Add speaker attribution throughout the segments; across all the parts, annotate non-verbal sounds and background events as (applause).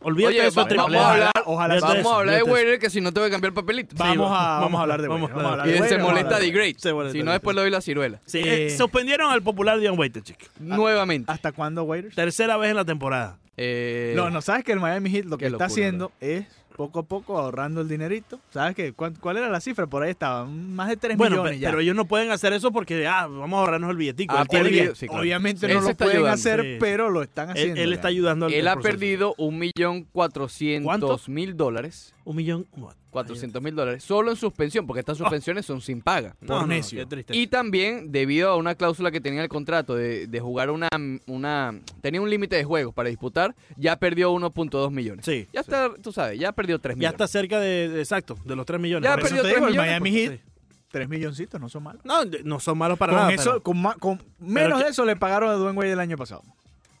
Speaker 1: Olvídate de
Speaker 2: Oye,
Speaker 1: eso.
Speaker 2: va-
Speaker 1: triple
Speaker 2: vamos a hablar,
Speaker 1: Olvídate
Speaker 3: Ojalá
Speaker 1: de
Speaker 2: vamos
Speaker 1: eso,
Speaker 2: a hablar de
Speaker 1: olvídate eso.
Speaker 2: Werner que si no te voy a cambiar el papelito.
Speaker 3: Vamos, a, vamos a hablar de
Speaker 1: Vamos a
Speaker 3: Wayne,
Speaker 1: hablar
Speaker 2: Y
Speaker 1: de
Speaker 3: Wayne,
Speaker 2: se
Speaker 3: vamos a
Speaker 2: molesta
Speaker 3: hablar
Speaker 2: de Great.
Speaker 1: Se molesta
Speaker 2: Si
Speaker 1: de
Speaker 2: no, después le doy la ciruela.
Speaker 1: Sí,
Speaker 3: Eh,
Speaker 1: eh, suspendieron al popular Dion Waiterchik.
Speaker 2: Nuevamente.
Speaker 1: ah,
Speaker 3: ¿Hasta cuándo, Waiters?
Speaker 1: Tercera vez en la temporada.
Speaker 2: Eh,
Speaker 3: No, no, sabes que el Miami Heat lo que
Speaker 2: qué locura,
Speaker 3: está haciendo es poco a poco ahorrando el dinerito. ¿Sabes qué? ¿Cuál, cuál era la cifra? Por ahí estaba, más de 3
Speaker 1: Bueno,
Speaker 3: millones
Speaker 1: pe-
Speaker 3: ya.
Speaker 1: pero ellos no pueden hacer eso porque, ah, vamos a ahorrarnos el billetico.
Speaker 2: Ha
Speaker 1: Él tiene que-
Speaker 2: perdido- sí, claro.
Speaker 3: Obviamente
Speaker 2: Él
Speaker 3: no
Speaker 2: se
Speaker 3: lo
Speaker 2: está
Speaker 3: pueden
Speaker 2: ayudando.
Speaker 3: hacer,
Speaker 1: Sí, sí.
Speaker 3: pero lo están
Speaker 1: él-
Speaker 3: haciendo.
Speaker 1: él, está ayudando al
Speaker 2: Él
Speaker 1: al
Speaker 2: ha
Speaker 1: proceso.
Speaker 2: perdido un millón cuatrocientos mil dólares.
Speaker 1: Un millón. what?
Speaker 2: 400 mil dólares solo en suspensión, porque
Speaker 1: Ah.
Speaker 2: estas suspensiones son sin paga.
Speaker 1: No, no,
Speaker 3: necio.
Speaker 1: qué triste.
Speaker 2: Y también debido a una cláusula que tenía en el contrato de, de jugar una, una... Tenía un límite de juegos para disputar, ya perdió 1.2 millones.
Speaker 1: Sí.
Speaker 2: Ya está, tú sabes, ya perdió 3
Speaker 1: Ya
Speaker 2: millones.
Speaker 1: está cerca de, de- exacto, de los 3 millones.
Speaker 2: Ya
Speaker 1: Por
Speaker 3: Por
Speaker 1: eso-
Speaker 3: eso
Speaker 2: perdió tres
Speaker 3: te digo, el
Speaker 2: millones,
Speaker 3: Miami
Speaker 1: pues,
Speaker 3: Heat,
Speaker 1: sí.
Speaker 3: 3 milloncitos no son malos.
Speaker 1: No, de- no son malos para
Speaker 3: con
Speaker 1: nada.
Speaker 3: eso,
Speaker 1: pero-
Speaker 3: con, ma- con menos
Speaker 1: que-
Speaker 3: de eso le pagaron a Dwayne Wade el año pasado.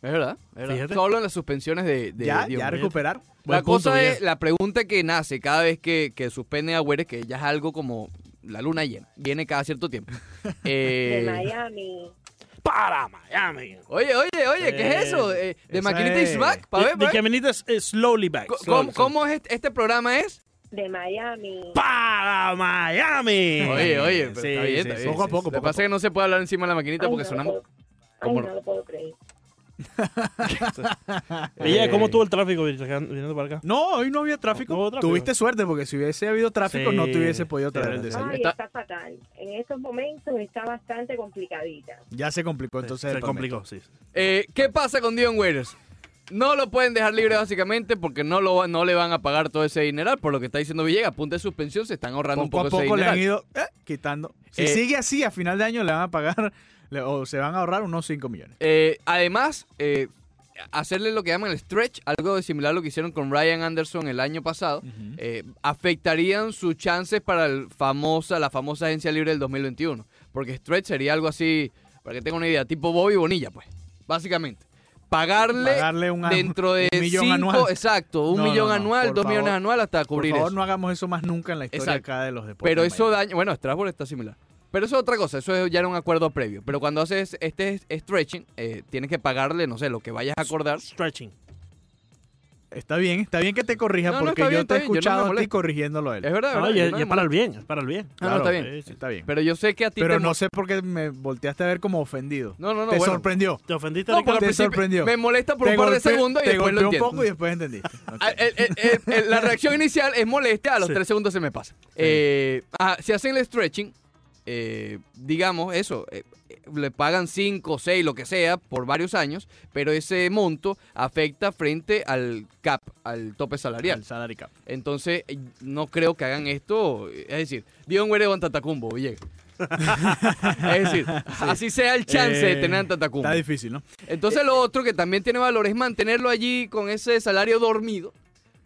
Speaker 2: Es verdad. es verdad.
Speaker 1: Fíjate.
Speaker 2: Solo en las suspensiones de... de-
Speaker 3: ya,
Speaker 2: de-
Speaker 3: ya
Speaker 1: Wade.
Speaker 3: recuperaron.
Speaker 1: Buen
Speaker 2: La
Speaker 1: punto,
Speaker 2: cosa es,
Speaker 1: Guillermo.
Speaker 2: la pregunta que nace cada vez que, que suspenden a Güeres, que ya es algo como la luna llena, viene cada cierto tiempo.
Speaker 3: (laughs)
Speaker 2: Eh,
Speaker 4: de Miami.
Speaker 1: para Miami.
Speaker 2: oye, oye, oye, ¿qué es
Speaker 1: Eh,
Speaker 2: eso? Eh, de
Speaker 3: esa
Speaker 2: Maquinita is
Speaker 3: es-
Speaker 2: back, pa' ver,
Speaker 1: De
Speaker 2: pa' ver.
Speaker 1: eh, slowly back.
Speaker 2: Co-
Speaker 1: slowly, slowly.
Speaker 2: ¿Cómo, cómo es este, este programa es?
Speaker 4: De Miami.
Speaker 1: para Miami.
Speaker 2: Oye, oye, pero
Speaker 1: Sí,
Speaker 2: está bien,
Speaker 1: sí,
Speaker 2: está
Speaker 1: sí,
Speaker 2: bien.
Speaker 3: poco a
Speaker 2: Sí,
Speaker 3: poco,
Speaker 2: sí. Lo que
Speaker 3: poco a
Speaker 2: pasa es que no se puede hablar encima de la maquinita
Speaker 4: Ay,
Speaker 2: porque
Speaker 4: no lo
Speaker 2: sonamos.
Speaker 4: puedo- Ay,
Speaker 2: ¿Cómo
Speaker 4: no
Speaker 2: no?
Speaker 4: lo puedo creer.
Speaker 2: Eh,
Speaker 5: Oye, ¿cómo estuvo el tráfico viniendo viniendo para acá?
Speaker 3: No, hoy no había tráfico.
Speaker 5: No hubo tráfico.
Speaker 3: Tuviste suerte porque si hubiese habido tráfico
Speaker 1: Sí,
Speaker 3: no te hubiese podido
Speaker 1: sí,
Speaker 3: traer el
Speaker 1: sí.
Speaker 3: desayuno.
Speaker 4: Ay,
Speaker 2: Está-
Speaker 4: está... fatal. En estos momentos está bastante complicadita.
Speaker 3: Ya se complicó entonces.
Speaker 1: se
Speaker 3: el torneo.
Speaker 1: complicó, sí.
Speaker 2: Eh, ¿Qué pasa con Dion Waiters? No lo pueden dejar libre básicamente porque no lo va- no le van a pagar todo ese dineral por lo que está diciendo Villegas. Punta de suspensión, se están ahorrando
Speaker 3: Poco a
Speaker 2: un poco,
Speaker 3: poco
Speaker 2: ese
Speaker 3: le han
Speaker 2: dineral.
Speaker 3: ido eh, quitando. Si
Speaker 2: Eh,
Speaker 3: sigue así, a final de año le van a pagar le- o se van a ahorrar unos 5 millones.
Speaker 2: Eh, además, eh, hacerle lo que llaman el stretch, algo de similar a lo que hicieron con Ryan Anderson el año pasado, eh, afectarían sus chances para el famosa, la famosa agencia libre del 2021. Porque stretch sería algo así, para que tenga una idea, tipo Bobby Bonilla, pues, básicamente. Pagarle,
Speaker 3: Pagarle un, año-
Speaker 2: dentro de
Speaker 3: un millón
Speaker 2: cinco,
Speaker 3: anual.
Speaker 2: exacto, un
Speaker 3: No, no,
Speaker 2: millón
Speaker 3: no,
Speaker 2: anual,
Speaker 3: por
Speaker 2: dos millones
Speaker 3: favor.
Speaker 2: anual hasta
Speaker 3: Por
Speaker 2: cubrir
Speaker 3: favor,
Speaker 2: eso.
Speaker 3: no hagamos eso más nunca en la historia
Speaker 2: Exacto.
Speaker 3: acá de los deportes.
Speaker 2: Pero
Speaker 3: de
Speaker 2: eso
Speaker 3: Miami.
Speaker 2: daña. Bueno, Strasbourg está similar. Pero eso es otra cosa, eso es ya era un acuerdo previo. Pero cuando haces este stretching, eh, tienes que pagarle, no sé, lo que vayas a acordar.
Speaker 1: Stretching.
Speaker 3: Está bien, está bien que te corrija
Speaker 2: No, no,
Speaker 3: porque
Speaker 2: está
Speaker 3: yo
Speaker 2: bien,
Speaker 3: te he
Speaker 2: está bien, yo no me
Speaker 3: escuchado a ti
Speaker 2: molesto.
Speaker 3: corrigiéndolo a él.
Speaker 2: Es verdad,
Speaker 1: No,
Speaker 2: verdad,
Speaker 1: y
Speaker 2: yo
Speaker 1: es-
Speaker 2: Ah, no
Speaker 1: y es
Speaker 2: me
Speaker 1: para el
Speaker 2: molesto.
Speaker 1: bien, es para el bien.
Speaker 2: Ah, no, está bien.
Speaker 1: eh, sí.
Speaker 3: Está bien.
Speaker 2: Pero yo sé que a ti
Speaker 3: Pero
Speaker 2: te
Speaker 3: no
Speaker 2: mo-
Speaker 3: sé por qué me volteaste a ver como ofendido.
Speaker 2: No, no, no,
Speaker 3: te
Speaker 2: bueno.
Speaker 3: sorprendió.
Speaker 1: ¿Te ofendiste,
Speaker 2: No, porque
Speaker 1: Ricardo?
Speaker 2: al
Speaker 3: te
Speaker 2: principio
Speaker 3: sorprendió.
Speaker 2: Me molesta por
Speaker 3: Te
Speaker 2: un par de
Speaker 3: golpeé-
Speaker 2: segundos y
Speaker 3: te
Speaker 2: después lo
Speaker 3: golpeé
Speaker 2: entiendo.
Speaker 3: un poco y después entendí.
Speaker 2: (laughs)
Speaker 3: Ok.
Speaker 2: Ah, el- el- el- el- la reacción inicial es molesta, a los
Speaker 1: Sí.
Speaker 2: tres segundos se me pasa. Eh, ah, si hacen el stretching, eh, digamos eso, eh, eh, le pagan 5, 6, lo que sea, por varios años, pero ese monto afecta frente al cap, al tope salarial.
Speaker 3: El salary cap.
Speaker 2: Entonces, eh, no creo que hagan esto. Es decir, Dion Güere con Tatacumbo, oye. (laughs) es decir, así sea el chance de
Speaker 3: Eh,
Speaker 2: tener a Tatacumbo.
Speaker 3: Está difícil, ¿no?
Speaker 2: Entonces lo otro que también tiene valor es mantenerlo allí con ese salario dormido.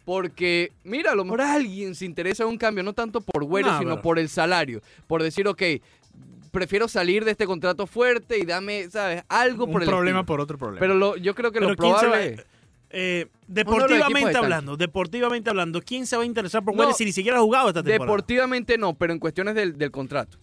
Speaker 2: Porque, mira, a lo mejor a alguien se interesa en un cambio, no tanto por güero,
Speaker 1: No,
Speaker 2: sino
Speaker 1: pero-
Speaker 2: por el salario. Por decir, ok, prefiero salir de este contrato fuerte y dame, ¿sabes? Algo
Speaker 3: Un
Speaker 2: por el
Speaker 3: problema
Speaker 2: estilo.
Speaker 3: por otro problema.
Speaker 2: Pero lo, yo creo que lo
Speaker 1: Pero ¿quién se va-
Speaker 2: probable...
Speaker 1: Eh,
Speaker 2: Uno de los equipos de
Speaker 1: deportivamente
Speaker 2: tanque.
Speaker 1: hablando, deportivamente hablando, ¿quién se va a interesar por
Speaker 2: No,
Speaker 1: Wales si ni siquiera ha jugado esta temporada?
Speaker 2: Deportivamente no, pero en cuestiones del, del contrato.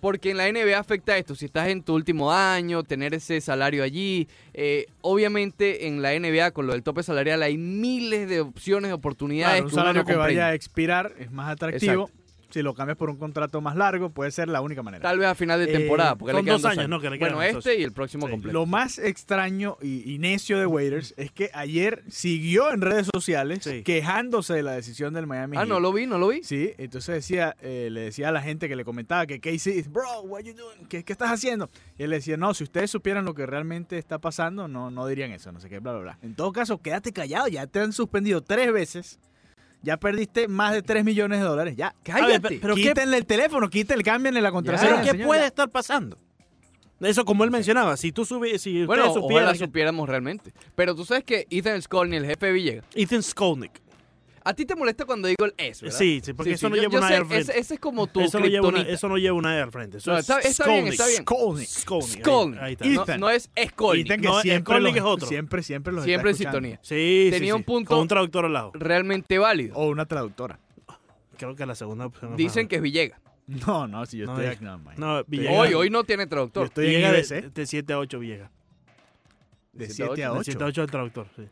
Speaker 2: Porque en la NBA afecta esto. Si estás en tu último año, tener ese salario allí. eh, obviamente en la NBA, con lo del tope salarial, hay miles de opciones, de oportunidades.
Speaker 3: Claro, un
Speaker 2: que uno
Speaker 3: salario
Speaker 2: no
Speaker 3: que vaya a
Speaker 2: comprende.
Speaker 3: expirar es más atractivo. Si lo cambias por un contrato más largo, puede ser la única manera.
Speaker 2: Tal vez a final de
Speaker 1: Eh,
Speaker 2: temporada. Porque
Speaker 1: son
Speaker 2: le quedan
Speaker 1: dos años, ¿no? Que le quedan,
Speaker 2: bueno, este
Speaker 1: entonces.
Speaker 2: y el próximo
Speaker 1: Sí.
Speaker 2: completo.
Speaker 3: Lo más extraño y, y necio de Waiters es que ayer siguió en redes sociales
Speaker 1: Sí.
Speaker 3: quejándose de la decisión del Miami
Speaker 2: ah,
Speaker 3: Heat.
Speaker 2: no, lo vi, no lo vi.
Speaker 3: Sí, entonces decía, eh, le decía a la gente que le comentaba que Casey, bro, what you doing? ¿Qué, qué estás haciendo? Y él le decía, no, si ustedes supieran lo que realmente está pasando, no, no dirían eso, no sé qué, bla, bla, bla. En todo caso, quédate callado, ya te han suspendido tres veces, ya perdiste más de 3 millones de dólares, ya.
Speaker 2: Cállate.
Speaker 1: A ver, pero- ¿qué-
Speaker 3: quítenle el teléfono, quítenle, cámbienle la contraseña.
Speaker 2: Ah,
Speaker 1: ¿Pero qué
Speaker 3: señor,
Speaker 1: puede
Speaker 3: ya.
Speaker 1: estar pasando? Eso como él mencionaba, si tú subes, si
Speaker 2: Bueno,
Speaker 1: ustedes supieran
Speaker 2: ojalá
Speaker 1: que-
Speaker 2: supiéramos realmente. Pero tú sabes que Ethan Skolny, el jefe de Villegas,
Speaker 1: Ethan Skolnick.
Speaker 2: a ti te molesta cuando digo el S, ¿verdad?
Speaker 1: Sí, sí, porque eso no
Speaker 2: yo-
Speaker 1: lleva
Speaker 2: yo
Speaker 1: una
Speaker 2: sé,
Speaker 1: air frente.
Speaker 2: ese, ese es como tu
Speaker 1: Eso no, lleva una,
Speaker 2: kriptonita.
Speaker 1: eso no lleva una E al frente. Eso
Speaker 2: No,
Speaker 1: es
Speaker 2: está, está bien,
Speaker 1: Skolnick.
Speaker 2: está bien.
Speaker 3: Skolnick.
Speaker 1: Skolnick. ahí-
Speaker 2: Skolnick.
Speaker 1: ahí está.
Speaker 3: Y-
Speaker 2: No,
Speaker 3: Ethan.
Speaker 2: no es Skolnick.
Speaker 3: Ethan que
Speaker 1: No, el
Speaker 3: siempre,
Speaker 1: Skolnick
Speaker 3: los-
Speaker 1: es otro.
Speaker 3: siempre, siempre los
Speaker 2: Siempre en
Speaker 3: está escuchando.
Speaker 2: sintonía.
Speaker 1: Sí, sí,
Speaker 2: Tenía
Speaker 1: sí.
Speaker 2: un punto-
Speaker 1: Con un traductor al lado.
Speaker 2: Realmente válido.
Speaker 3: O una traductora.
Speaker 1: Creo que la segunda opción. es
Speaker 2: Dicen
Speaker 1: más-
Speaker 2: que es Villegas.
Speaker 3: No, no, si yo
Speaker 1: No,
Speaker 3: estoy...
Speaker 1: es-
Speaker 3: aquí, no, man.
Speaker 1: No, Villegas.
Speaker 2: Hoy, hoy no tiene
Speaker 3: Yo
Speaker 2: traductor.
Speaker 3: estoy en
Speaker 1: Villegas
Speaker 3: IBC,
Speaker 1: de, de 7 a 8 Villegas.
Speaker 3: de
Speaker 2: de
Speaker 3: 7 a
Speaker 1: De
Speaker 3: 8.
Speaker 1: 7 a 8 al traductor, sí.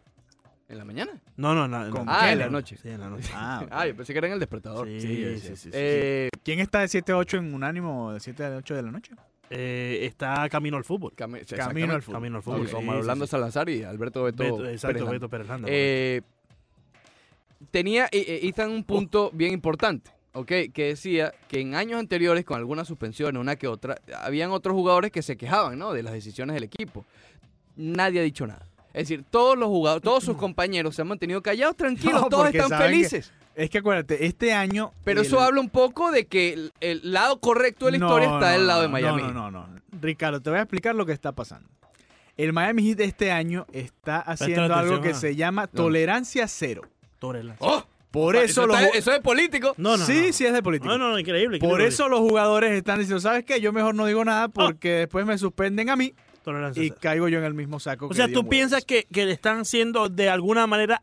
Speaker 2: ¿En la mañana?
Speaker 1: No, no, en la, en
Speaker 3: ¿Con
Speaker 2: Ah,
Speaker 3: qué?
Speaker 2: en la
Speaker 3: no?
Speaker 2: noche.
Speaker 1: Sí, en la noche.
Speaker 3: Ah,
Speaker 2: Ah, yo pensé que era en el despertador.
Speaker 1: Sí,
Speaker 3: sí,
Speaker 1: sí,
Speaker 3: sí,
Speaker 1: sí.
Speaker 3: sí.
Speaker 2: Eh,
Speaker 3: ¿Quién está de 7 a 8 en unánimo de 7 a 8 de la noche?
Speaker 1: Eh, está camino al fútbol.
Speaker 2: cami- sí,
Speaker 3: Camino al
Speaker 2: exactamente.
Speaker 3: fútbol.
Speaker 1: Camino al fútbol.
Speaker 2: Sí, con
Speaker 1: sí,
Speaker 2: Manuel
Speaker 1: sí,
Speaker 2: Orlando
Speaker 1: sí.
Speaker 2: Salazar y Alberto Beto.
Speaker 1: Beto-
Speaker 2: Pérez
Speaker 1: exacto,
Speaker 2: Landa.
Speaker 1: Beto Pérez Landa,
Speaker 2: Eh, tenía eh, eh, Ethan un punto bien importante, ¿ok? Que decía que en años anteriores, con algunas suspensiones, una que otra, habían otros jugadores que se quejaban, ¿no? De las decisiones del equipo. Nadie ha dicho nada. Es decir, todos los jugadores, todos sus compañeros se han mantenido callados, tranquilos,
Speaker 3: (laughs) No,
Speaker 2: todos
Speaker 3: porque
Speaker 2: están
Speaker 3: saben que-
Speaker 2: felices.
Speaker 3: Es que acuérdate, este año.
Speaker 2: Pero
Speaker 3: el-
Speaker 2: eso habla un poco de que el, el lado correcto de la
Speaker 3: No,
Speaker 2: historia está
Speaker 3: no,
Speaker 2: del lado de
Speaker 3: no,
Speaker 2: Miami.
Speaker 3: No, no, no, no. Ricardo, te voy a explicar lo que está pasando. El Miami Heat de este año está haciendo algo
Speaker 1: atención,
Speaker 3: que
Speaker 1: ah.
Speaker 3: se llama tolerancia cero.
Speaker 1: Torela.
Speaker 2: ¡Oh!
Speaker 3: Por
Speaker 2: Eso,
Speaker 3: eso los
Speaker 2: está-
Speaker 3: ju-
Speaker 2: eso es político.
Speaker 1: No, no.
Speaker 3: Sí,
Speaker 1: no.
Speaker 3: sí es de política.
Speaker 1: No, no, no, increíble.
Speaker 3: Por
Speaker 1: increíble.
Speaker 3: eso los jugadores están diciendo, ¿sabes qué? Yo mejor no digo nada porque después me suspenden a mí
Speaker 1: Tolerancia
Speaker 3: y
Speaker 1: cero.
Speaker 3: caigo yo en el mismo saco.
Speaker 1: O
Speaker 3: que
Speaker 1: sea,
Speaker 3: Dion
Speaker 1: tú piensas que, que están siendo de alguna manera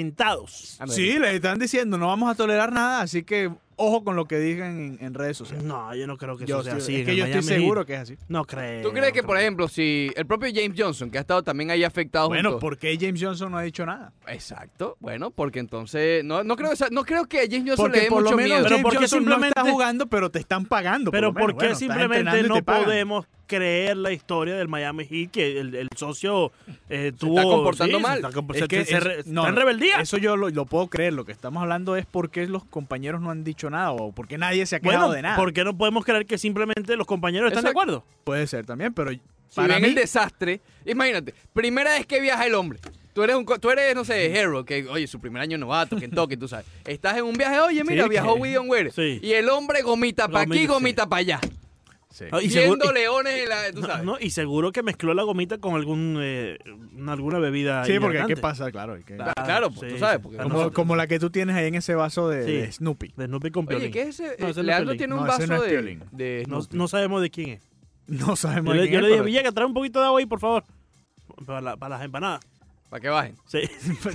Speaker 1: amedrentados.
Speaker 2: A
Speaker 3: Waiters.
Speaker 2: ver,
Speaker 3: Sí, les están diciendo, no vamos a tolerar nada, así que ojo con lo que digan en, en redes sociales.
Speaker 1: No, yo no creo que
Speaker 3: Yo
Speaker 1: eso sea
Speaker 3: estoy-
Speaker 1: así.
Speaker 3: es
Speaker 1: en
Speaker 3: que
Speaker 1: el
Speaker 3: yo estoy
Speaker 1: Miami Heat.
Speaker 3: seguro que es así.
Speaker 1: No creo.
Speaker 2: ¿Tú crees que,
Speaker 1: no
Speaker 2: por
Speaker 1: creo.
Speaker 2: ejemplo, si el propio James Johnson, que ha estado también ahí afectado
Speaker 3: Bueno,
Speaker 2: junto-
Speaker 3: ¿por qué James Johnson no ha dicho nada?
Speaker 2: Exacto, bueno, porque entonces no, no creo esa- no creo que a James Johnson le
Speaker 3: Porque
Speaker 2: dé
Speaker 3: por
Speaker 2: mucho
Speaker 3: lo menos
Speaker 2: miedo.
Speaker 1: Pero
Speaker 3: James
Speaker 1: porque
Speaker 3: Johnson no está
Speaker 1: simplemente-
Speaker 3: jugando, pero te están pagando.
Speaker 1: Pero
Speaker 3: por, lo
Speaker 1: ¿por
Speaker 3: menos.
Speaker 1: qué
Speaker 3: Bueno, estás
Speaker 1: simplemente
Speaker 3: entrenando y
Speaker 1: no
Speaker 3: te pagan.
Speaker 1: podemos creer la historia del Miami Heat que el, el socio eh, tuvo...
Speaker 2: comportando
Speaker 1: sí,
Speaker 2: mal.
Speaker 1: Se está, compor-
Speaker 3: Es
Speaker 1: se-
Speaker 3: que
Speaker 1: se
Speaker 3: es-
Speaker 1: re-
Speaker 3: no,
Speaker 1: está en rebeldía.
Speaker 3: Eso yo lo, lo puedo creer. Lo que estamos hablando es por qué los compañeros no han dicho nada o por qué nadie se ha quejado
Speaker 1: bueno,
Speaker 3: de nada.
Speaker 1: ¿por qué no podemos creer que simplemente los compañeros están
Speaker 2: Exacto.
Speaker 1: de acuerdo?
Speaker 3: Puede ser también, pero
Speaker 2: Si
Speaker 3: para
Speaker 2: ven
Speaker 3: mí
Speaker 2: el desastre, imagínate, primera vez que viaja el hombre. Tú eres, un, co- tú eres, no sé, Hero, que, oye, su primer año novato, Kentucky, tú sabes. Estás en un viaje, oye, mira,
Speaker 1: Sí,
Speaker 2: viajó
Speaker 1: que-
Speaker 2: William Ware.
Speaker 1: sí.
Speaker 2: Y el hombre gomita para aquí,
Speaker 1: Gomita, sí.
Speaker 2: gomita para allá.
Speaker 3: Sí.
Speaker 1: Ah, y
Speaker 2: Viendo
Speaker 1: seguro- y-
Speaker 2: leones en la, tú
Speaker 1: no,
Speaker 2: sabes.
Speaker 1: no, y seguro que mezcló la gomita con algún eh, alguna bebida
Speaker 3: Sí, porque ¿qué
Speaker 1: hidratante.
Speaker 3: pasa? Claro, hay que-
Speaker 2: Claro, claro, pues,
Speaker 1: sí,
Speaker 2: tú sabes.
Speaker 1: sí.
Speaker 2: Porque,
Speaker 1: Ah,
Speaker 3: como,
Speaker 1: nosotros.
Speaker 3: como la que tú tienes ahí en ese vaso de,
Speaker 1: Sí.
Speaker 3: de Snoopy. (laughs)
Speaker 1: De Snoopy con
Speaker 2: oye,
Speaker 1: Piolín.
Speaker 2: ¿qué es ese?
Speaker 1: No, ese no es
Speaker 2: Leandro
Speaker 1: Piolín.
Speaker 2: tiene un
Speaker 3: No, ese
Speaker 2: vaso
Speaker 3: no es
Speaker 2: de,
Speaker 3: Piolín.
Speaker 2: de
Speaker 1: No,
Speaker 2: Snoopy.
Speaker 1: no sabemos de quién es.
Speaker 3: No sabemos
Speaker 1: Yo le,
Speaker 3: quién
Speaker 1: yo
Speaker 3: es,
Speaker 1: le dije,
Speaker 3: pero-
Speaker 1: Villa, que trae un poquito de agua ahí, por favor. Para, la- para las empanadas.
Speaker 2: Para que bajen.
Speaker 1: Sí.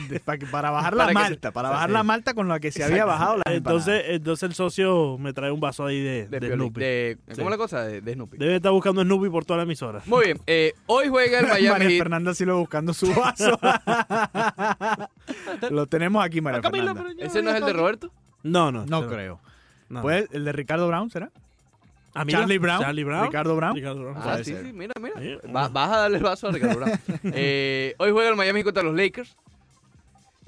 Speaker 3: de- pa- que- para bajar
Speaker 2: Para que
Speaker 3: la
Speaker 2: se-
Speaker 3: malta, para bajar la malta con la que se había bajado la (laughs)
Speaker 1: Entonces, entonces el socio me trae un vaso ahí de, de
Speaker 2: De Piolín,
Speaker 1: Snoopy.
Speaker 2: de- ¿Cómo
Speaker 1: Sí.
Speaker 2: la cosa? De, de Snoopy.
Speaker 1: Debe estar buscando Snoopy por toda la emisora.
Speaker 2: Muy bien, eh, hoy
Speaker 1: (laughs)
Speaker 2: juega el Miami
Speaker 3: María
Speaker 2: Heat.
Speaker 3: Fernanda sí lo buscando su vaso. lo tenemos aquí, María Fernanda.
Speaker 2: ¿Ese no es el de Roberto?
Speaker 1: No, no.
Speaker 3: No creo.
Speaker 1: no.
Speaker 3: Pues el de Ricardo Brown, ¿será?
Speaker 1: Ah, mira,
Speaker 3: Charlie Brown,
Speaker 1: Charlie Brown.
Speaker 3: Ricardo Brown.
Speaker 1: Ricardo Brown.
Speaker 2: Ah,
Speaker 3: Puede
Speaker 2: sí,
Speaker 3: ser.
Speaker 2: sí, mira, mira.
Speaker 1: Sí,
Speaker 2: Va-
Speaker 1: uno.
Speaker 2: vas a darle el vaso a Ricardo Brown.
Speaker 3: (laughs)
Speaker 2: Eh, hoy juega el Miami contra los Lakers.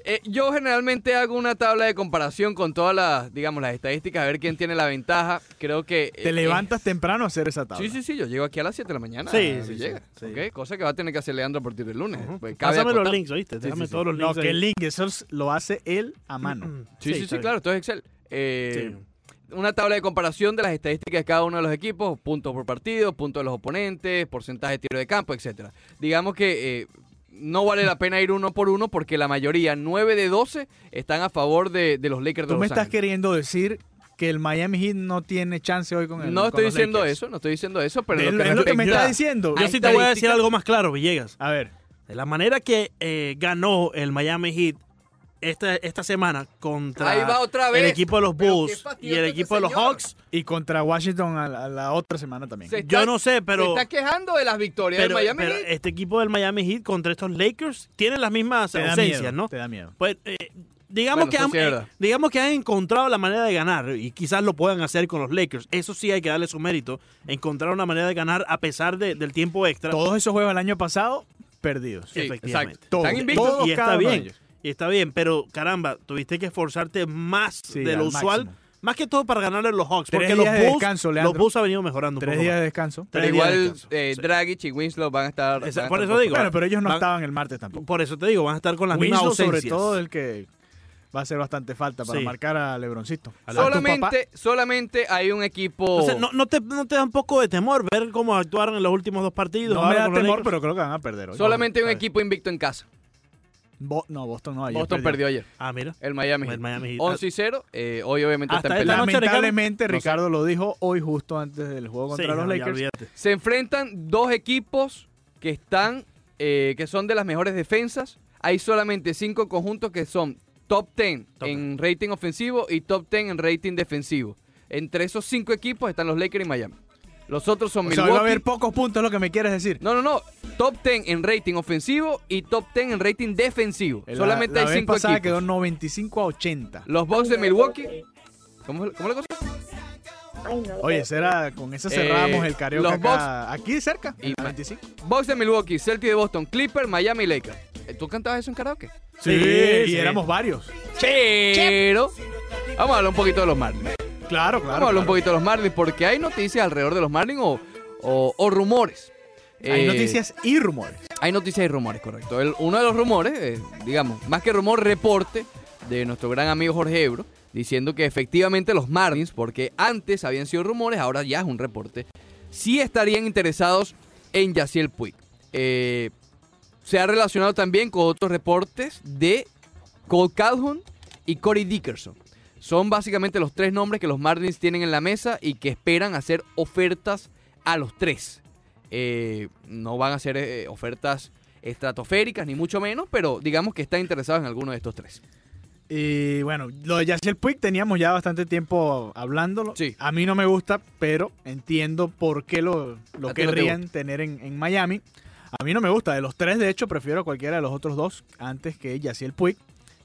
Speaker 2: Eh, yo generalmente hago una tabla de comparación con todas las, digamos, las estadísticas, a ver quién tiene la ventaja. Creo que...
Speaker 3: Te
Speaker 2: eh,
Speaker 3: levantas temprano a hacer esa
Speaker 2: eh,
Speaker 3: tabla.
Speaker 2: sí, sí, sí, yo llego aquí a las 7 de la mañana.
Speaker 1: Sí,
Speaker 2: eh,
Speaker 1: sí,
Speaker 2: si
Speaker 1: sí,
Speaker 2: llega,
Speaker 1: sí.
Speaker 2: ¿ok? Cosa que va a tener que hacer Leandro a partir del lunes.
Speaker 1: Ujú.
Speaker 2: pues, cabe
Speaker 1: Pásame los
Speaker 2: acotar.
Speaker 1: links, ¿oíste?
Speaker 2: Sí,
Speaker 1: Déjame
Speaker 2: sí,
Speaker 1: todos los
Speaker 3: No,
Speaker 1: links.
Speaker 3: que
Speaker 1: ahí.
Speaker 3: el link, eso es- lo hace él a
Speaker 1: Mm,
Speaker 3: mano.
Speaker 2: Sí, sí, sí,
Speaker 1: está bien.
Speaker 2: claro, esto es Excel. Eh,
Speaker 1: Sí.
Speaker 2: una tabla de comparación de las estadísticas de cada uno de los equipos, puntos por partido, puntos de los oponentes, porcentaje de tiro de campo, etcétera. Digamos que eh, no vale la pena ir uno por uno porque la mayoría, 9 de 12, están a favor de, de los Lakers de
Speaker 3: Tú
Speaker 2: Los
Speaker 3: me estás
Speaker 2: Ángeles.
Speaker 3: queriendo decir que el Miami Heat no tiene chance hoy con el
Speaker 2: No
Speaker 3: con
Speaker 2: estoy
Speaker 3: los
Speaker 2: diciendo
Speaker 3: Lakers.
Speaker 2: eso, no estoy diciendo eso, pero
Speaker 3: es,
Speaker 2: lo
Speaker 3: lo
Speaker 2: que
Speaker 3: es lo que me
Speaker 2: respecta-
Speaker 3: está diciendo.
Speaker 1: Yo
Speaker 2: Hay
Speaker 1: sí te voy a decir
Speaker 2: estadísticas.
Speaker 1: algo más claro, Villegas.
Speaker 3: A ver,
Speaker 1: De la manera que eh, ganó el Miami Heat esta, esta semana contra
Speaker 2: Ahí va otra
Speaker 1: el
Speaker 2: vez.
Speaker 1: equipo de los
Speaker 2: Pero qué
Speaker 1: Bulls y
Speaker 2: fastidioso
Speaker 1: el
Speaker 2: este
Speaker 1: equipo de los
Speaker 2: señor.
Speaker 1: Hawks,
Speaker 3: y contra Washington a la, a la otra semana también.
Speaker 2: Se
Speaker 1: yo
Speaker 2: está-
Speaker 1: no sé,
Speaker 2: se
Speaker 1: pero,
Speaker 2: está quejando de las victorias
Speaker 1: pero,
Speaker 2: del Miami
Speaker 1: pero
Speaker 2: Heat.
Speaker 1: este equipo del Miami Heat contra estos Lakers tiene las mismas
Speaker 3: Te da miedo,
Speaker 1: ausencias, ¿no?
Speaker 3: Te da miedo.
Speaker 1: Pues eh, digamos,
Speaker 2: Bueno,
Speaker 1: que
Speaker 2: eso
Speaker 1: han,
Speaker 2: sí es
Speaker 1: eh,
Speaker 2: verdad.
Speaker 1: digamos que han encontrado la manera de ganar y quizás lo puedan hacer con los Lakers. Eso sí hay que darle su mérito. Encontrar una manera de ganar a pesar de- del tiempo extra.
Speaker 3: Todos esos juegos del año pasado perdidos.
Speaker 2: Sí,
Speaker 1: efectivamente.
Speaker 2: exacto.
Speaker 3: Todos,
Speaker 2: Están invictos.
Speaker 3: todos,
Speaker 1: y está
Speaker 3: cada uno de
Speaker 1: bien.
Speaker 3: ellos.
Speaker 1: Y está bien, pero caramba, tuviste que esforzarte más
Speaker 3: Sí,
Speaker 1: de lo
Speaker 3: al
Speaker 1: usual.
Speaker 3: máximo.
Speaker 1: Más que todo para ganarle a los Hawks.
Speaker 3: Tres
Speaker 1: porque
Speaker 3: días
Speaker 1: los
Speaker 3: de
Speaker 1: Bulls,
Speaker 3: descanso,
Speaker 1: los
Speaker 3: Leandro.
Speaker 1: Bulls han venido mejorando un
Speaker 3: Tres
Speaker 1: poco
Speaker 3: días
Speaker 1: más.
Speaker 3: de descanso.
Speaker 1: Tres
Speaker 2: Pero
Speaker 1: días de
Speaker 2: igual
Speaker 1: descanso,
Speaker 2: eh,
Speaker 1: sí.
Speaker 2: Dragic y Winslow van a estar...
Speaker 1: Esa-
Speaker 2: van a
Speaker 1: por
Speaker 2: estar
Speaker 1: eso digo,
Speaker 3: Bueno, pero ellos no
Speaker 1: Van-
Speaker 3: estaban el martes tampoco.
Speaker 1: Por eso te digo, van a estar con las mismas
Speaker 3: Winslow sobre
Speaker 1: ausencias.
Speaker 3: todo el que va a hacer bastante falta para
Speaker 1: Sí.
Speaker 3: marcar a Lebroncito. A tu papá.
Speaker 2: Solamente, solamente hay un equipo...
Speaker 1: Entonces, ¿no, no te, ¿no te da un poco de temor ver cómo actuaron en los últimos dos partidos?
Speaker 3: No me
Speaker 1: ahora
Speaker 3: da
Speaker 1: con los
Speaker 3: temor,
Speaker 1: Lakers?
Speaker 3: pero creo que van a perder hoy.
Speaker 2: Solamente hay un
Speaker 3: Está bien.
Speaker 2: equipo invicto en casa.
Speaker 3: Bo- no, Boston no. ayer
Speaker 2: Boston perdió ayer.
Speaker 1: Ah, mira.
Speaker 2: El Miami.
Speaker 1: El Miami Heat. Ah,
Speaker 2: 11 y 0. eh, hoy obviamente
Speaker 1: Hasta
Speaker 2: están
Speaker 1: esta
Speaker 2: peleando.
Speaker 1: noche, Ricardo.
Speaker 3: Lamentablemente,
Speaker 1: No sé.
Speaker 3: Ricardo lo dijo hoy justo antes del juego contra
Speaker 1: Sí,
Speaker 3: los
Speaker 1: no, ya
Speaker 3: Lakers.
Speaker 1: olvídate.
Speaker 2: Se enfrentan dos equipos que están, eh, que son de las mejores defensas. Hay solamente cinco conjuntos que son top 10
Speaker 1: Top
Speaker 2: en rating ofensivo y top 10 en rating defensivo. Entre esos cinco equipos están los Lakers y Miami. Los otros son
Speaker 3: O sea, hoy
Speaker 2: Milwaukee.
Speaker 3: va a haber pocos puntos, es lo que me quieres decir.
Speaker 2: No, no, no. top 10 en rating ofensivo y top 10 en rating defensivo.
Speaker 3: La-
Speaker 2: Solamente
Speaker 3: la
Speaker 2: hay
Speaker 3: vez
Speaker 2: 5
Speaker 3: pasada
Speaker 2: equipos.
Speaker 3: quedó 95 a 80.
Speaker 2: Los Bucks de Milwaukee. ¿Cómo, cómo la cosa?
Speaker 4: Ay, no.
Speaker 3: Oye, será con esa cerramos
Speaker 2: Eh,
Speaker 3: el karaoke
Speaker 2: los
Speaker 3: acá, aquí cerca,
Speaker 2: Y-
Speaker 3: en la 25.
Speaker 2: Bucks de Milwaukee, Celtics de Boston, Clipper, Miami y Lakers. Eh, ¿Tú cantabas eso en karaoke?
Speaker 1: Sí,
Speaker 3: y
Speaker 1: sí.
Speaker 3: éramos varios.
Speaker 2: Pero vamos a hablar un poquito de los Marlins.
Speaker 3: Claro, claro.
Speaker 2: Vamos a hablar un
Speaker 3: claro.
Speaker 2: poquito de los Marlins porque hay noticias alrededor de los Marlins o, o- o rumores.
Speaker 3: Hay
Speaker 2: Eh,
Speaker 3: noticias y rumores.
Speaker 2: Hay noticias y rumores, correcto. El- uno de los rumores, eh, digamos, más que rumor, reporte de nuestro gran amigo Jorge Ebro, diciendo que efectivamente los Marlins, porque antes habían sido rumores, ahora ya es un reporte, sí estarían interesados en Yaciel Puig. Eh, se ha relacionado también con otros reportes de Cole Calhoun y Corey Dickerson. Son básicamente los tres nombres que los Marlins tienen en la mesa y que esperan hacer ofertas a los tres. Eh, no van a hacer eh, ofertas estratosféricas, ni mucho menos, pero digamos que están interesados en alguno de estos tres.
Speaker 3: Y bueno, lo de Yasiel Puig teníamos ya bastante tiempo hablándolo.
Speaker 2: Sí.
Speaker 3: A mí no me gusta, pero entiendo por qué lo, lo
Speaker 2: A ti no te
Speaker 3: querrían tener en, en Miami. A mí no me gusta. De los tres, de hecho, prefiero a cualquiera de los otros dos antes que Yasiel Puig.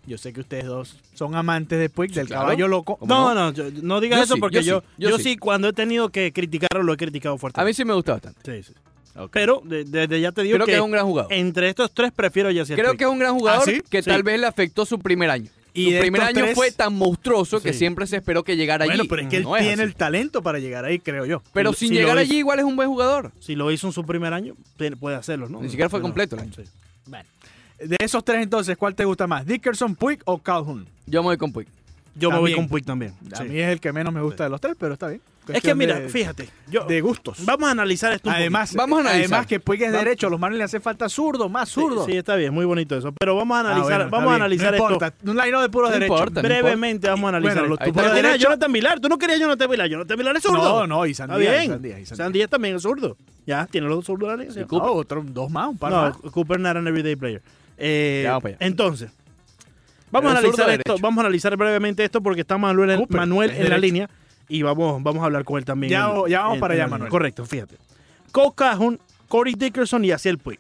Speaker 3: Yo sé que ustedes dos son amantes de Puig, del
Speaker 2: claro.
Speaker 3: caballo loco.
Speaker 2: ¿Cómo
Speaker 1: No, no, yo- no digas
Speaker 2: Yo
Speaker 1: eso
Speaker 2: sí,
Speaker 1: porque yo,
Speaker 2: yo sí,
Speaker 1: yo,
Speaker 2: yo sí.
Speaker 1: sí. cuando he tenido que criticarlo, lo he criticado fuerte.
Speaker 2: A mí sí me gusta bastante.
Speaker 1: Sí, sí. Pero de- desde ya te digo
Speaker 2: Creo que,
Speaker 1: que,
Speaker 2: es un gran jugador.
Speaker 1: entre estos tres prefiero Yacir
Speaker 2: Creo que es un gran jugador
Speaker 3: ¿Ah, sí?
Speaker 2: que
Speaker 1: Sí.
Speaker 2: tal vez le afectó su primer año.
Speaker 3: Y
Speaker 2: su
Speaker 3: de
Speaker 2: primer
Speaker 3: estos
Speaker 2: año
Speaker 3: tres-
Speaker 2: fue tan monstruoso que
Speaker 1: Sí.
Speaker 2: siempre se esperó que llegara
Speaker 3: Bueno,
Speaker 2: allí.
Speaker 3: pero es que él
Speaker 2: No
Speaker 3: tiene
Speaker 2: así.
Speaker 3: el talento para llegar ahí, creo yo.
Speaker 2: Pero
Speaker 1: si
Speaker 2: sin
Speaker 1: lo
Speaker 2: llegar
Speaker 1: hizo.
Speaker 2: allí igual es un buen jugador.
Speaker 1: Si lo hizo en su primer año, te- puede hacerlo, ¿no?
Speaker 2: Ni siquiera fue
Speaker 1: Pero-
Speaker 2: completo el año.
Speaker 1: sí.
Speaker 3: De esos tres, entonces, ¿cuál te gusta más? ¿Dickerson, Puig o Calhoun?
Speaker 2: Yo me voy con Puig.
Speaker 1: Yo me voy
Speaker 3: También.
Speaker 1: con Puig también.
Speaker 3: A
Speaker 1: sí.
Speaker 3: mí es el que menos me gusta de los tres, pero está bien.
Speaker 1: Es que
Speaker 3: Cuestión
Speaker 1: mira,
Speaker 3: de-
Speaker 1: fíjate, yo-
Speaker 3: de gustos.
Speaker 1: vamos a analizar esto un
Speaker 3: Además,
Speaker 2: poquito. Vamos a analizar.
Speaker 3: además que Puig es
Speaker 1: Vamos.
Speaker 3: derecho, a los Marlins le hace falta zurdo, más
Speaker 1: poquito.
Speaker 3: zurdo.
Speaker 1: Sí, sí, está bien, muy bonito eso, pero vamos a
Speaker 3: Ah,
Speaker 1: analizar,
Speaker 3: bueno, está
Speaker 1: vamos a
Speaker 3: bien.
Speaker 1: analizar
Speaker 3: no
Speaker 1: esto.
Speaker 3: importa. Un line de puro
Speaker 2: No
Speaker 3: derecho.
Speaker 2: importa.
Speaker 1: Brevemente vamos a analizar
Speaker 3: Bueno,
Speaker 1: esto. Pero
Speaker 2: lo- tu-
Speaker 1: tiene a
Speaker 3: derecho-
Speaker 1: Jonathan Vilar, tú no querías a Jonathan Vilar, Jonathan Vilar es zurdo.
Speaker 3: No, no, y
Speaker 1: Está
Speaker 3: Sandía,
Speaker 1: bien.
Speaker 3: y Sandía, y Sandía.
Speaker 1: Sandía también es zurdo. Ya, tiene los dos zurdos de la
Speaker 3: Sí,
Speaker 1: línea.
Speaker 3: no, otro, dos más, un par
Speaker 1: no,
Speaker 3: más.
Speaker 1: Cooper no era un everyday player. Eh,
Speaker 2: Ya, vamos para allá.
Speaker 1: entonces, vamos a
Speaker 2: Pero el zurdo
Speaker 1: analizar
Speaker 2: derecho.
Speaker 1: esto, vamos a analizar brevemente esto porque está Manuel, en-
Speaker 3: Cooper,
Speaker 1: Manuel
Speaker 3: es
Speaker 1: en la
Speaker 3: derecho.
Speaker 1: línea y vamos, vamos a hablar con él también.
Speaker 3: Ya,
Speaker 1: en-
Speaker 3: ya vamos
Speaker 1: en-
Speaker 3: para
Speaker 1: en
Speaker 3: allá,
Speaker 1: la línea.
Speaker 3: Manuel.
Speaker 1: Correcto, fíjate. Cole Cajun, Corey Dickerson y Asiel Puig.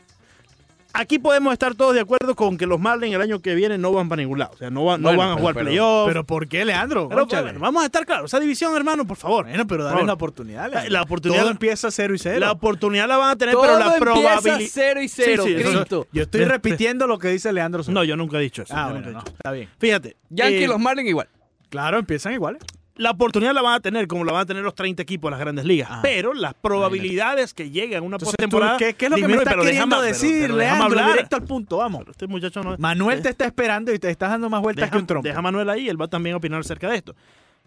Speaker 1: Aquí podemos estar todos de acuerdo con que los Marlins el año que viene no van para ningún lado. O sea, no van, no
Speaker 2: Bueno,
Speaker 1: van a
Speaker 2: pero-
Speaker 1: jugar
Speaker 2: pero-
Speaker 1: playoff.
Speaker 3: Pero ¿por qué, Leandro?
Speaker 1: Pero, pues,
Speaker 3: Cónchale.
Speaker 1: bueno, vamos a estar claros. Esa división, hermano, por favor.
Speaker 3: bueno, pero dale
Speaker 1: Por-
Speaker 3: la oportunidad. Leandro.
Speaker 1: la oportunidad-
Speaker 3: Todo empieza cero y cero.
Speaker 1: La oportunidad la van a tener,
Speaker 2: Todo
Speaker 1: pero la
Speaker 2: empieza
Speaker 1: probabilidad.
Speaker 2: cero y cero,
Speaker 1: Sí, sí, eso-
Speaker 2: Cristo.
Speaker 3: Yo estoy
Speaker 1: Después-
Speaker 3: repitiendo lo que dice Leandro. Sosa.
Speaker 1: No, yo nunca he dicho eso.
Speaker 3: ah,
Speaker 1: yo nunca
Speaker 3: bueno,
Speaker 1: he
Speaker 3: no,
Speaker 1: dicho eso.
Speaker 3: está bien.
Speaker 1: Fíjate.
Speaker 2: Yankee
Speaker 1: eh,
Speaker 2: y los Marlins igual.
Speaker 3: Claro, empiezan iguales.
Speaker 1: La oportunidad la van a tener como la van a tener los 30 equipos de las grandes ligas.
Speaker 3: Ah.
Speaker 1: pero las probabilidades que lleguen a una
Speaker 3: Entonces,
Speaker 1: postemporada.
Speaker 3: ¿tú ¿qué, qué es lo que me
Speaker 1: disminuyen,
Speaker 3: está
Speaker 1: pero
Speaker 3: queriendo
Speaker 1: déjame- pero-
Speaker 3: decir,
Speaker 1: pero déjame
Speaker 3: Leandro?
Speaker 1: hablar.
Speaker 3: Directo al punto, vamos.
Speaker 1: Este muchacho no eh,
Speaker 3: Manuel te está esperando y te estás dando más vueltas
Speaker 1: deja,
Speaker 3: que un trompo.
Speaker 1: deja a Manuel ahí, él va también a opinar acerca de esto.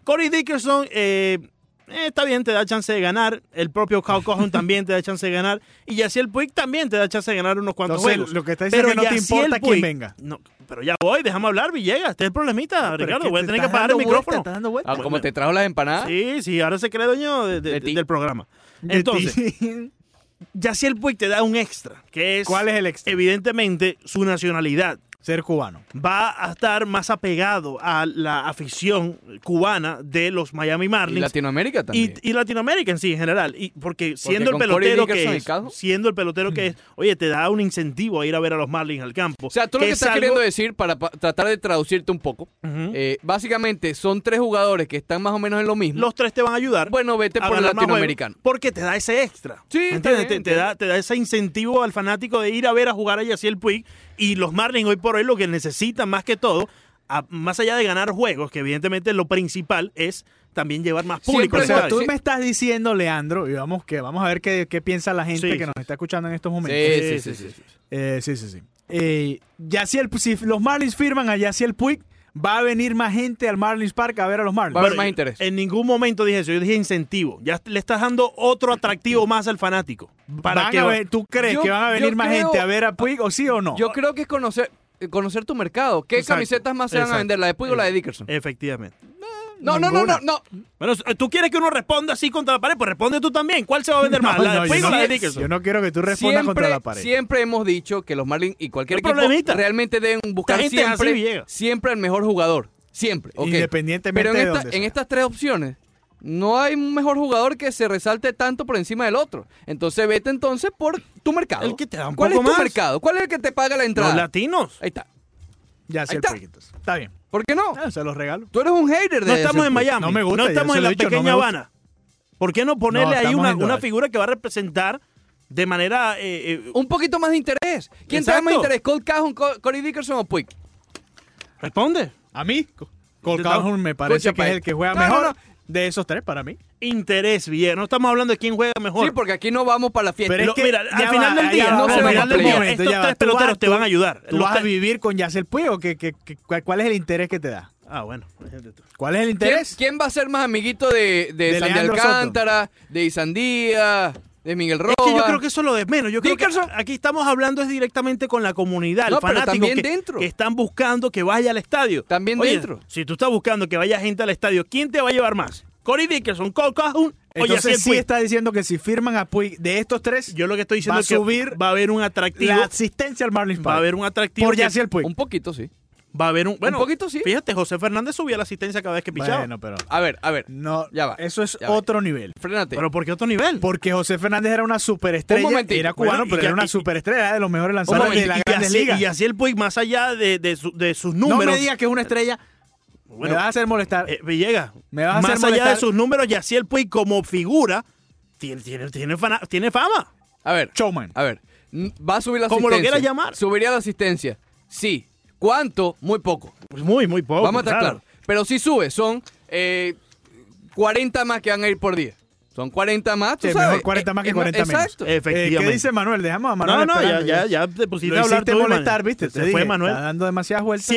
Speaker 1: Corey Dickerson eh, eh, está bien, te da chance de ganar. El propio Kyle Cohen también te da chance de ganar. Y Yaciel Puig también te da chance de ganar unos cuantos
Speaker 3: Entonces,
Speaker 1: juegos.
Speaker 3: lo que está diciendo es que no te
Speaker 1: Yaciel
Speaker 3: importa quién venga.
Speaker 1: No, pero ya voy, déjame hablar, Villegas. Este es el problemita,
Speaker 3: Pero es
Speaker 1: Ricardo.
Speaker 3: que
Speaker 1: voy a
Speaker 3: te
Speaker 1: tener que
Speaker 3: estás
Speaker 1: apagar el
Speaker 3: dando vueltas,
Speaker 1: micrófono.
Speaker 3: te estás dando vueltas.
Speaker 2: Ah, como te trajo las empanadas.
Speaker 1: Sí, sí, ahora se cree dueño de- de-
Speaker 2: Ah. De ti.
Speaker 1: del programa.
Speaker 3: De
Speaker 1: Entonces,
Speaker 3: ti. (laughs)
Speaker 1: Yaciel Puig te da un extra, que es,
Speaker 3: ¿Cuál es el extra?
Speaker 1: evidentemente su nacionalidad.
Speaker 3: Ser cubano.
Speaker 1: Va a estar más apegado a la afición cubana de los Miami
Speaker 2: Y
Speaker 1: Marlins.
Speaker 2: Latinoamérica
Speaker 1: Y,
Speaker 2: también.
Speaker 1: y Latinoamérica en sí, en general. Y porque siendo
Speaker 2: con
Speaker 1: el
Speaker 2: Corey
Speaker 1: pelotero
Speaker 2: Dickerson
Speaker 1: que
Speaker 2: y
Speaker 1: es,
Speaker 2: Cajo.
Speaker 1: siendo el pelotero que es, oye, te da un incentivo a ir a ver a los Marlins al campo.
Speaker 2: o sea, tú lo que
Speaker 1: es
Speaker 2: estás
Speaker 1: algo-
Speaker 2: queriendo decir, para pa- tratar de traducirte un poco,
Speaker 1: Ujú.
Speaker 2: eh, básicamente son tres jugadores que están más o menos en lo mismo.
Speaker 1: los tres te van a ayudar.
Speaker 2: bueno, vete
Speaker 1: a
Speaker 2: por el
Speaker 1: ganar más juegos,
Speaker 2: latinoamericano.
Speaker 1: Porque te da ese extra.
Speaker 2: Sí, está
Speaker 1: ¿Entiendes?
Speaker 2: bien,
Speaker 1: Te- te,
Speaker 2: entiendo.
Speaker 1: da, te da ese incentivo al fanático de ir a ver a jugar a Yaciel Puig. Y los Marlins hoy por hoy lo que necesitan más que todo, a- más allá de ganar juegos, que evidentemente lo principal es también llevar más público.
Speaker 2: Siempre
Speaker 1: al
Speaker 3: Pero
Speaker 2: Pero
Speaker 1: estadio.
Speaker 3: tú
Speaker 2: sí.
Speaker 3: me estás diciendo, Leandro, y vamos, que, vamos a ver qué, qué piensa la gente
Speaker 1: Sí,
Speaker 3: que nos está escuchando en estos momentos.
Speaker 2: Sí, sí, sí, sí, sí.
Speaker 3: Eh, sí, sí, sí. Eh, Yaciel- si los Marlins firman a Yaciel Puig, va a venir más gente al Marlins Park a ver a los
Speaker 2: Va a haber
Speaker 3: Marlins.
Speaker 2: más interés.
Speaker 1: En ningún momento dije eso, yo dije incentivo. Ya le estás dando otro atractivo más al fanático. Para
Speaker 3: Van
Speaker 1: que
Speaker 3: a ver- ¿Tú crees
Speaker 2: Yo-
Speaker 3: que van a
Speaker 2: yo
Speaker 3: venir más
Speaker 2: creo-
Speaker 3: gente a ver a Puig o sí o no?
Speaker 2: Yo creo que es conocer eh, conocer tu mercado. ¿Qué
Speaker 1: Exacto,
Speaker 2: camisetas más se van a
Speaker 1: exacto, Eh,
Speaker 2: vender? ¿La de Puig o la de Dickerson?
Speaker 1: Efectivamente.
Speaker 2: no, no, no,
Speaker 3: ninguna.
Speaker 2: no, no.
Speaker 1: Bueno, tú quieres que uno responda así contra la pared, pues responde tú también. ¿Cuál se va a
Speaker 2: (laughs)
Speaker 1: vender más?
Speaker 3: No,
Speaker 1: ¿La de
Speaker 3: no,
Speaker 1: Puig
Speaker 3: yo
Speaker 1: o
Speaker 3: no-
Speaker 1: la de Dickerson?
Speaker 3: Yo no quiero que tú respondas
Speaker 2: siempre,
Speaker 3: contra la pared.
Speaker 2: siempre hemos dicho que los Marlins y cualquier
Speaker 1: No hay
Speaker 2: equipo
Speaker 1: problemita.
Speaker 2: realmente deben buscar
Speaker 1: gente es así,
Speaker 2: siempre,
Speaker 1: Villegas.
Speaker 2: siempre al mejor jugador. Siempre. ok. Pero
Speaker 3: Independientemente
Speaker 2: en,
Speaker 3: de
Speaker 2: esta-
Speaker 3: dónde
Speaker 2: en
Speaker 3: sea.
Speaker 2: estas tres opciones no hay un mejor jugador que se resalte tanto por encima del otro. Entonces vete entonces por tu mercado.
Speaker 1: El que te da un
Speaker 2: ¿Cuál
Speaker 1: poco
Speaker 2: es tu
Speaker 1: más.
Speaker 2: mercado? ¿Cuál es el que te paga la entrada?
Speaker 1: Los latinos.
Speaker 2: Ahí está.
Speaker 3: Ya sé
Speaker 2: Ahí
Speaker 3: el
Speaker 2: está.
Speaker 3: Puig, entonces. Está bien.
Speaker 2: ¿Por qué no?
Speaker 3: Ah, se los regalo.
Speaker 2: Tú eres un hater de
Speaker 1: No estamos
Speaker 2: ese,
Speaker 1: en
Speaker 2: pues.
Speaker 1: Miami.
Speaker 3: No me gusta,
Speaker 1: No
Speaker 3: yo
Speaker 1: estamos
Speaker 3: se
Speaker 1: en
Speaker 3: lo
Speaker 1: la
Speaker 3: he dicho, no
Speaker 1: pequeña
Speaker 3: me gusta.
Speaker 1: Habana. ¿Por qué no ponerle ahí
Speaker 3: estamos
Speaker 1: una,
Speaker 3: en
Speaker 1: una
Speaker 3: Dallas.
Speaker 1: figura que va a representar de manera... eh, eh,
Speaker 2: Un poquito más de interés. ¿Quién te da más
Speaker 1: Exacto.
Speaker 2: interés? ¿Colt Cajon, Co- Corey Dickerson o Puig?
Speaker 1: responde.
Speaker 3: A mí, Co- Cole Calhoun me parece
Speaker 2: Escucha,
Speaker 3: que es
Speaker 2: pa-
Speaker 3: el que juega
Speaker 2: No, no,
Speaker 3: mejor
Speaker 2: no.
Speaker 3: de esos tres para mí.
Speaker 1: Interés, bien. No estamos hablando de quién juega mejor.
Speaker 2: Sí, porque aquí no vamos para la fiesta.
Speaker 3: Pero es
Speaker 1: Lo-
Speaker 3: que
Speaker 1: mira,
Speaker 3: ya
Speaker 1: al
Speaker 3: va,
Speaker 1: final del
Speaker 3: ya
Speaker 1: día,
Speaker 2: va,
Speaker 1: no se
Speaker 2: vamos a
Speaker 1: van a
Speaker 2: ver un
Speaker 1: pelear.
Speaker 3: momento,
Speaker 1: Estos
Speaker 3: ya va.
Speaker 1: tres
Speaker 3: Tú vas-
Speaker 1: peloteros te
Speaker 3: tú-
Speaker 1: van a ayudar.
Speaker 3: Tú
Speaker 1: Los
Speaker 3: vas a
Speaker 1: tres-
Speaker 3: vivir con Yacel Puig o que, que- que- cuál, cuál es el interés que te da.
Speaker 1: Ah, bueno.
Speaker 3: ¿Cuál es el
Speaker 2: ¿Quién,
Speaker 3: interés?
Speaker 2: quién va a ser más amiguito de, de,
Speaker 3: De
Speaker 2: Sandy
Speaker 3: Leandro Soto.
Speaker 2: Alcántara, de Isandía, de Miguel Rojas?
Speaker 1: Es que yo creo que eso es lo de menos. Yo creo que
Speaker 2: Dickerson.
Speaker 1: aquí estamos hablando es directamente con la comunidad, el
Speaker 2: No, pero
Speaker 1: fanático
Speaker 2: también
Speaker 1: que,
Speaker 2: dentro.
Speaker 1: que están buscando que vaya al estadio.
Speaker 2: También
Speaker 1: Oye,
Speaker 2: dentro.
Speaker 1: Si tú estás buscando que vaya gente al estadio, ¿quién te va a llevar más? Corey Dickerson, Cole Calhoun o Yacine
Speaker 3: Entonces
Speaker 2: pues.
Speaker 3: sí está diciendo que si firman a Puig de estos tres,
Speaker 1: pues. Yo lo que estoy diciendo
Speaker 3: Va a
Speaker 1: es que
Speaker 3: subir
Speaker 1: va a haber un atractivo,
Speaker 3: la asistencia al Marlins
Speaker 1: va a
Speaker 3: Park
Speaker 1: haber un atractivo
Speaker 3: por
Speaker 1: que-
Speaker 3: Yacel Puig.
Speaker 2: Un poquito, sí.
Speaker 1: va a haber un pues. bueno,
Speaker 2: poquito sí.
Speaker 1: Fíjate, José Fernández subía la asistencia cada vez que pichaba.
Speaker 3: Bueno, pero
Speaker 2: A ver, a ver,
Speaker 3: no,
Speaker 2: Ya va,
Speaker 3: eso es
Speaker 2: ya va.
Speaker 3: otro nivel.
Speaker 2: frénate.
Speaker 1: pero ¿por qué otro nivel?
Speaker 3: Porque José Fernández era una superestrella,
Speaker 2: Un momentito.
Speaker 3: era cubano,
Speaker 1: Bueno, y
Speaker 3: pero
Speaker 1: que-
Speaker 3: era una
Speaker 1: y-
Speaker 3: superestrella, era de los mejores
Speaker 1: Un
Speaker 3: lanzadores de
Speaker 1: momento,
Speaker 3: la
Speaker 1: y,
Speaker 3: Grandes
Speaker 1: así,
Speaker 3: Ligas.
Speaker 1: y así el Puig, más allá de, de su- de sus
Speaker 3: No
Speaker 1: números,
Speaker 3: me digas que es una estrella,
Speaker 1: Bueno,
Speaker 3: me vas a hacer molestar.
Speaker 1: eh, Villegas,
Speaker 3: Me vas a hacer
Speaker 1: más allá de
Speaker 3: molestar.
Speaker 1: sus números, Yaciel Puig como figura tiene, tiene, tiene, fana- tiene fama.
Speaker 2: a ver,
Speaker 3: Showman.
Speaker 2: a ver. N- Va a subir la
Speaker 1: Como
Speaker 2: asistencia.
Speaker 1: lo quieras llamar.
Speaker 2: Subiría la asistencia. Sí. ¿Cuánto? Muy poco.
Speaker 1: Pues muy, muy poco.
Speaker 2: Vamos a estar
Speaker 1: claro.
Speaker 2: claros. Pero si sube, son eh, 40 más que van a ir por día. Son 40 más, tú
Speaker 3: Sí,
Speaker 2: sabes.
Speaker 3: mejor 40 más que
Speaker 2: Eh, eh,
Speaker 3: 40 menos.
Speaker 2: exacto.
Speaker 3: Eh, ¿Qué
Speaker 1: Efectivamente.
Speaker 3: dice Manuel? Dejamos a
Speaker 1: no,
Speaker 3: Manuel.
Speaker 1: no, ya,
Speaker 3: esperando,
Speaker 1: ya, ya te pusiste
Speaker 3: Lo
Speaker 1: a hablar
Speaker 3: hiciste
Speaker 1: tú,
Speaker 3: molestar,
Speaker 1: Manuel.
Speaker 3: ¿viste?
Speaker 1: Se
Speaker 3: Te
Speaker 1: fue
Speaker 3: dije,
Speaker 1: Manuel.
Speaker 3: Está dando demasiadas vueltas.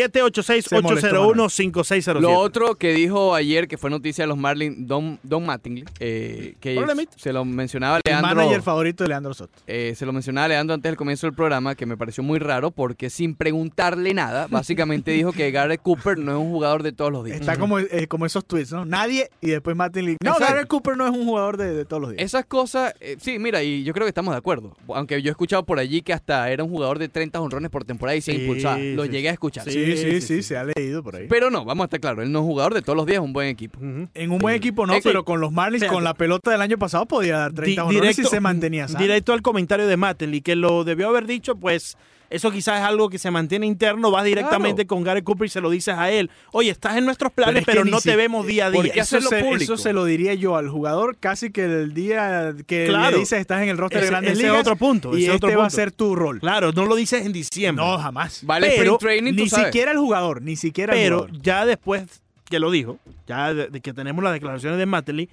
Speaker 1: 786-801-5607.
Speaker 2: Lo otro que dijo ayer, que fue noticia de los Marlins, Don, Don Mattingly, eh, que
Speaker 1: Problemita.
Speaker 2: se lo mencionaba
Speaker 3: El manager
Speaker 2: Leandro.
Speaker 3: favorito de Leandro Soto.
Speaker 2: eh, se lo mencionaba Leandro antes del comienzo del programa, que me pareció muy raro porque sin preguntarle
Speaker 3: (laughs)
Speaker 2: nada, básicamente dijo que Garrett Cooper no es un jugador de todos los días.
Speaker 3: Está como, eh, como esos tweets, ¿no? Nadie y después Martin Lee. No,
Speaker 2: Exacto.
Speaker 3: Garrett Cooper no es un jugador de, de todos los días.
Speaker 2: Esas cosas, eh, sí, mira, y yo creo que estamos de acuerdo. Aunque yo he escuchado por allí que hasta era un jugador de 30 honrones por temporada y se
Speaker 1: Sí,
Speaker 2: impulsaba. Lo
Speaker 1: sí,
Speaker 2: llegué a escuchar.
Speaker 3: sí, sí, sí,
Speaker 1: sí, sí.
Speaker 3: se ha leído por ahí.
Speaker 2: Pero no, vamos a estar claros, él no es un jugador de todos los días, es un buen equipo.
Speaker 1: Ujú.
Speaker 3: En un buen equipo no,
Speaker 2: Eh, sí.
Speaker 3: pero con los Marlins,
Speaker 1: Fíjate.
Speaker 3: con la pelota del año pasado podía dar 30
Speaker 1: Di-
Speaker 3: honrones si se mantenía sano.
Speaker 1: Directo al comentario de Mattingly, que lo debió haber dicho, pues eso quizás es algo que se mantiene interno. Vas directamente con Gary Cooper y se lo dices a él. Oye, estás en nuestros planes,
Speaker 3: es que
Speaker 1: pero,
Speaker 3: ni
Speaker 1: no
Speaker 3: si-
Speaker 1: te vemos día a día.
Speaker 2: ¿Por qué
Speaker 3: eso,
Speaker 2: hacerlo
Speaker 3: se,
Speaker 2: público?
Speaker 3: eso se lo diría yo al jugador casi que el día que
Speaker 1: Claro.
Speaker 3: le dices estás en el roster de
Speaker 1: Ese-
Speaker 3: Grandes
Speaker 1: ese es
Speaker 3: Ligas
Speaker 1: otro punto,
Speaker 3: y
Speaker 1: ese es
Speaker 3: este
Speaker 1: otro
Speaker 3: va a
Speaker 1: punto.
Speaker 3: ser tu rol.
Speaker 1: Claro, no lo dices en diciembre.
Speaker 3: No, jamás.
Speaker 2: Vale,
Speaker 1: Pero
Speaker 2: sprint training, tú
Speaker 3: Ni
Speaker 2: sabes.
Speaker 3: siquiera el jugador, ni siquiera el
Speaker 1: pero
Speaker 3: jugador.
Speaker 1: ya después que lo dijo, ya de, de que tenemos las declaraciones de Mattingly,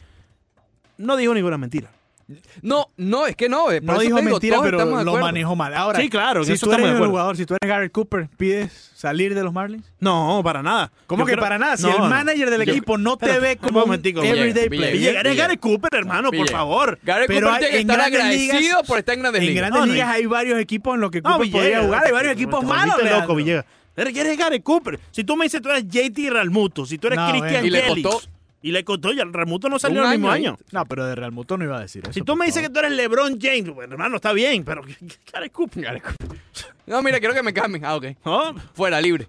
Speaker 1: no dijo ninguna mentira.
Speaker 2: No, no, es que no. eh, por eso
Speaker 3: No dijo
Speaker 2: te digo,
Speaker 3: mentira,
Speaker 2: todos
Speaker 3: pero
Speaker 2: estamos de
Speaker 3: lo
Speaker 2: acuerdo.
Speaker 3: manejó mal. Ahora,
Speaker 1: sí, claro, en
Speaker 3: si
Speaker 1: eso
Speaker 3: tú
Speaker 1: estamos
Speaker 3: eres
Speaker 1: de
Speaker 3: el
Speaker 1: acuerdo.
Speaker 3: jugador, si tú eres Garrett Cooper, ¿pides salir de los Marlins?
Speaker 1: No, para nada.
Speaker 3: ¿Cómo
Speaker 1: Yo
Speaker 3: que
Speaker 1: creo-
Speaker 3: para nada? Si
Speaker 1: No,
Speaker 3: el
Speaker 1: no.
Speaker 3: manager del
Speaker 1: Yo-
Speaker 3: equipo no te
Speaker 1: Espera,
Speaker 3: ve
Speaker 1: un
Speaker 3: como un
Speaker 1: momentico,
Speaker 3: everyday
Speaker 2: Villegas,
Speaker 3: player.
Speaker 1: Villegas,
Speaker 2: Villegas.
Speaker 1: eres Gary Cooper, hermano, por
Speaker 2: Villegas.
Speaker 1: favor.
Speaker 2: Garrett
Speaker 3: Pero
Speaker 2: Cooper
Speaker 3: hay-
Speaker 2: tiene que
Speaker 3: en
Speaker 2: estar
Speaker 3: Grandes
Speaker 2: agradecido
Speaker 3: Ligas-
Speaker 2: por estar en Grandes
Speaker 3: En
Speaker 2: Ligas.
Speaker 3: grandes
Speaker 1: No, no.
Speaker 3: ligas hay varios equipos en los que
Speaker 1: No,
Speaker 3: Cooper podría
Speaker 1: Villegas,
Speaker 3: jugar. Hay varios
Speaker 1: te-
Speaker 3: equipos
Speaker 1: te
Speaker 3: malos.
Speaker 1: volviste
Speaker 3: Leandro.
Speaker 1: loco, Villegas. Eres, eres Gary Cooper. Si tú me dices tú eres JT Realmuto, si tú eres
Speaker 3: No,
Speaker 1: Christian
Speaker 3: bueno.
Speaker 2: Y le
Speaker 1: Yelich,
Speaker 2: costó-
Speaker 1: y le costó, y el Realmuto no salió
Speaker 2: Un
Speaker 1: el mismo
Speaker 2: año,
Speaker 1: año.
Speaker 2: ¿eh?
Speaker 3: No, pero de Real Muto no iba a decir eso.
Speaker 1: Si tú me dices que tú eres LeBron James, bueno, hermano, está bien, pero Gary Cooper.
Speaker 2: No, mira, quiero que me cambien. Ah, ok.
Speaker 1: No,
Speaker 2: Fuera, libre.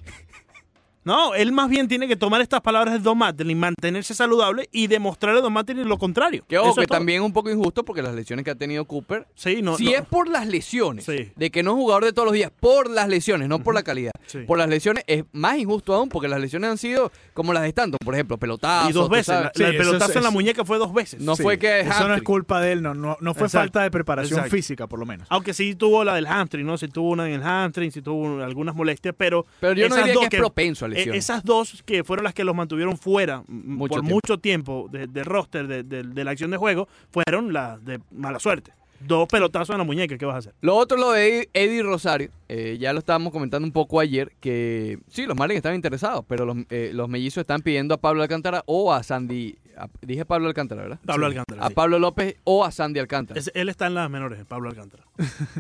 Speaker 1: no, él más bien tiene que tomar estas palabras de Don Matlin, mantenerse saludable y demostrarle a Don Matlin lo contrario.
Speaker 2: Que ojo,
Speaker 1: Eso
Speaker 2: que
Speaker 1: es todo.
Speaker 2: también es un poco injusto porque las lesiones que ha tenido Cooper.
Speaker 1: Sí, no.
Speaker 2: si
Speaker 1: no.
Speaker 2: es por las lesiones,
Speaker 1: Sí.
Speaker 2: de que no es jugador de todos los días, por las lesiones, no por la calidad.
Speaker 1: Sí.
Speaker 2: Por las lesiones es más injusto aún porque las lesiones han sido como las de Stanton, por ejemplo, pelotazos.
Speaker 1: y dos
Speaker 2: tú
Speaker 1: veces.
Speaker 2: sabes.
Speaker 1: la-
Speaker 3: Sí,
Speaker 1: la- el
Speaker 3: eso es-
Speaker 1: pelotazo en la
Speaker 3: es-
Speaker 1: muñeca fue dos veces.
Speaker 2: No fue que
Speaker 3: Eso no es
Speaker 2: hat-trick.
Speaker 3: culpa de él, no, no, no fue
Speaker 1: Exacto,
Speaker 3: falta de preparación
Speaker 1: exacto.
Speaker 3: física, por lo menos. Ah,
Speaker 1: Aunque sí tuvo la del hamstring, ¿no? Sí tuvo una en el hamstring, sí tuvo un- algunas molestias, pero...
Speaker 2: Pero yo no
Speaker 1: esas
Speaker 2: diría
Speaker 1: dos
Speaker 2: que es propenso
Speaker 1: eh,
Speaker 2: a lesiones.
Speaker 1: Esas dos que fueron las que los mantuvieron fuera mm,
Speaker 2: Mucho
Speaker 1: por
Speaker 2: tiempo.
Speaker 1: mucho tiempo de- del roster, de, de- de la acción de juego, fueron las de mala suerte. Dos pelotazos en la muñeca, ¿qué vas a hacer?
Speaker 2: Lo otro, lo de Eddie- Eddie Rosario, eh, ya lo estábamos comentando un poco ayer, que sí, los Marlins están interesados, pero los, eh, los mellizos están pidiendo a Pablo Alcántara o a Sandy, a- dije Pablo Alcántara, ¿verdad?
Speaker 1: Pablo
Speaker 2: Sí.
Speaker 1: Alcántara,
Speaker 2: A
Speaker 1: sí.
Speaker 2: Pablo López o a Sandy Alcántara,
Speaker 1: Es- él está en las menores, Pablo Alcántara.